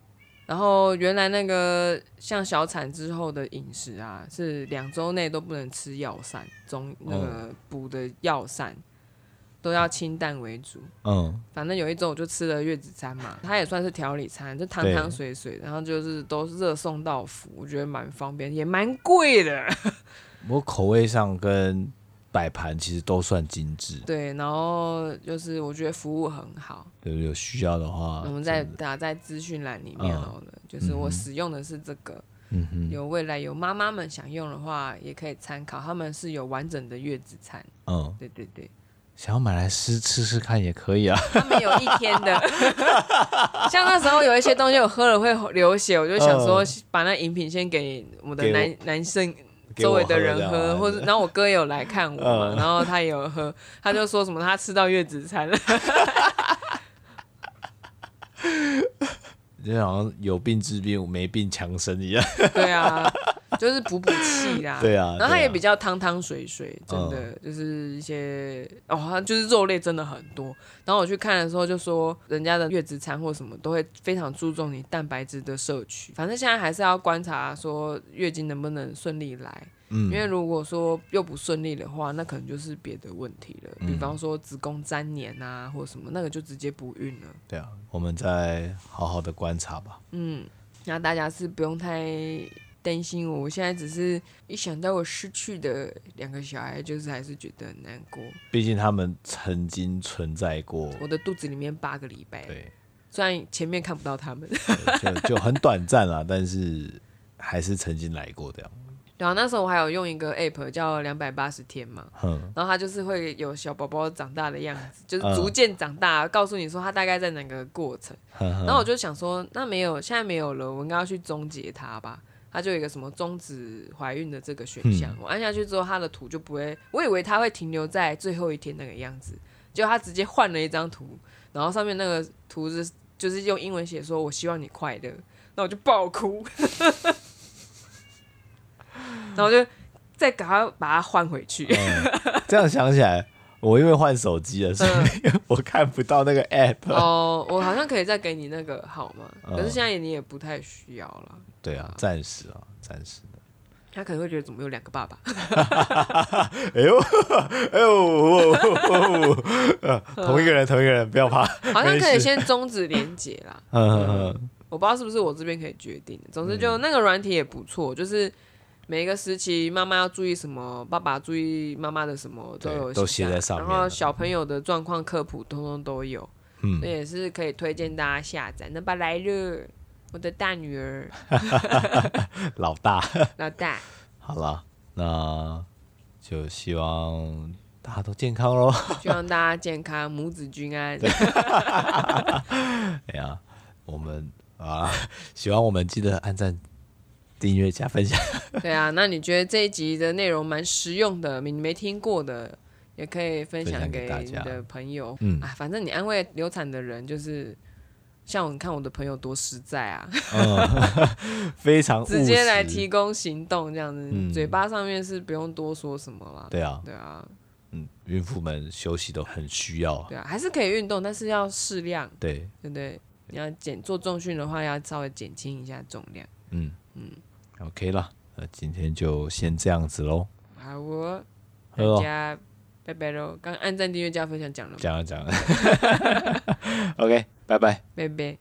S1: 然后原来那个像小产之后的饮食啊，是两周内都不能吃药膳，中那个补的药膳都要清淡为主。
S2: 嗯，
S1: 反正有一周我就吃了月子餐嘛，它也算是调理餐，就汤汤水水，然后就是都是热送到府，我觉得蛮方便，也蛮贵的。 <laughs>
S2: 我口味上跟摆盘其实都算精致，
S1: 对，然后就是我觉得服务很好，
S2: 有有需要的话，
S1: 我们再打在资讯栏里面好了。就是我使用的是这个，
S2: 嗯哼，
S1: 有未来有妈妈们想用的话，也可以参考，他们是有完整的月子餐。
S2: 嗯，
S1: 对对对，
S2: 想要买来吃吃吃看也可
S1: <laughs>
S2: 以啊。 <laughs>
S1: 他们有一天的， <laughs> 像那时候有一些东西我喝了会流血，我就想说把那饮品先给我的
S2: 嗯给我
S1: 男男生。
S2: 给
S1: 周围的
S2: 我喝啊
S1: 人
S2: 这
S1: 喝，
S2: 样
S1: 或者然后我哥也有来看我嘛，
S2: 嗯
S1: 然后他也有喝，他就说什么他吃到月子餐了，
S2: 就好像有病治病，没病强
S1: <laughs>
S2: 身一样。
S1: 对啊，就是补补气啦。
S2: <laughs> 对啊
S1: 然后他
S2: 对啊嗯
S1: 也比较汤汤水水，真的、就是一些哦，他就是肉类真的很多。然后我去看的时候就说，人家的月子餐或什么都会非常注重你蛋白质的摄取，反正现在还是要观察说月经能不能顺利来。
S2: 嗯
S1: 因为如果说又不顺利的话，那可能就是别的问题了，
S2: 嗯
S1: 比方说子宫粘连啊，或什么，那个就直接不孕了。
S2: 对啊，我们再好好的观察吧。
S1: 嗯，那大家是不用太担心我。我现在只是一想到我失去的两个小孩，就是还是觉得很难过。
S2: 毕竟他们曾经存在过，
S1: 我的肚子里面八个礼拜，
S2: 对，
S1: 虽然前面看不到他们。 <laughs>
S2: 就就很短暂啊，但是还是曾经来过这样。
S1: 然后那时候我还有用一个 app 叫两百八十天嘛，
S2: 哼，
S1: 然后它就是会有小宝宝长大的样子，就是
S2: 嗯
S1: 逐渐长大，告诉你说它大概在哪个过程。然后我就想说，那没有，现在没有了，我应该要去终结它吧。它就有一个什么终止怀孕的这个选项，我按下去之后，它的图就不会，我以为它会停留在最后一天那个样子，结果他直接换了一张图，然后上面那个图是就是用英文写说“我希望你快乐”，那我就爆哭，然后我就再赶快把它换回去。
S2: 这样想起来，我因为换手机了，所以 <laughs> 我看不到那个 app。
S1: 哦，我好像可以再给你那个号码，可是
S2: 嗯
S1: 现在你也不太需要了。
S2: 对啊，暂时啊，暂时的。
S1: 他可能会觉得怎么有两个
S2: <laughs>
S1: 爸爸？
S2: 哎呦，哎呦，哦哦哦呃 <laughs> 同一个人，同一个人，不要怕。
S1: 好像可
S2: 没
S1: 以
S2: 事
S1: 先终止连接
S2: <laughs>
S1: 啦。
S2: 嗯嗯
S1: 我不知道是不是我这边可以决定的。总之就那个软体也不错，就是每一个时期妈妈要注意什么，爸爸注意妈妈的什么都
S2: 对
S1: 有
S2: 都
S1: 写
S2: 写在上面啊
S1: 然后
S2: 了
S1: 小朋友的状况科普通通都有，
S2: 嗯
S1: 那也是可以推荐大家下载。那巴来了，我的大女儿
S2: 嗯， <laughs> 老大，
S1: 老
S2: <laughs>
S1: 大，
S2: 好了，那就希望大家都健康喽。
S1: 希望大家健康，母子均安。
S2: 哎呀，我们啊，喜欢我们记得按赞、订阅、加分享。
S1: 对啊，那你觉得这一集的内容蛮实用的，你没听过的，也可以分享给
S2: 分
S1: 你
S2: 享给大
S1: 的朋友。
S2: 嗯
S1: 啊，反正你安慰流产的人，就是像我看我的朋友多实在
S2: <laughs>
S1: 啊，
S2: 非常务
S1: 直接来
S2: 实
S1: 提供行动这样子，
S2: 嗯
S1: 嘴巴上面是不用多说什么啦。
S2: 对啊，
S1: 对啊，
S2: 嗯，孕妇们休息都很需要啊。
S1: 对啊，还是可以运动，但是要适量，
S2: 对，
S1: 对不对？你要减做重训的话，要稍微减轻一下重量。
S2: 嗯嗯，OK 啦，那今天就先这样子喽。
S1: 好哦，
S2: 喝
S1: 大
S2: 哦
S1: 家拜拜 <laughs> 喽！刚按赞、订阅、加分享讲了吗，
S2: 讲了讲了 <laughs> ，OK，拜拜。
S1: 拜拜。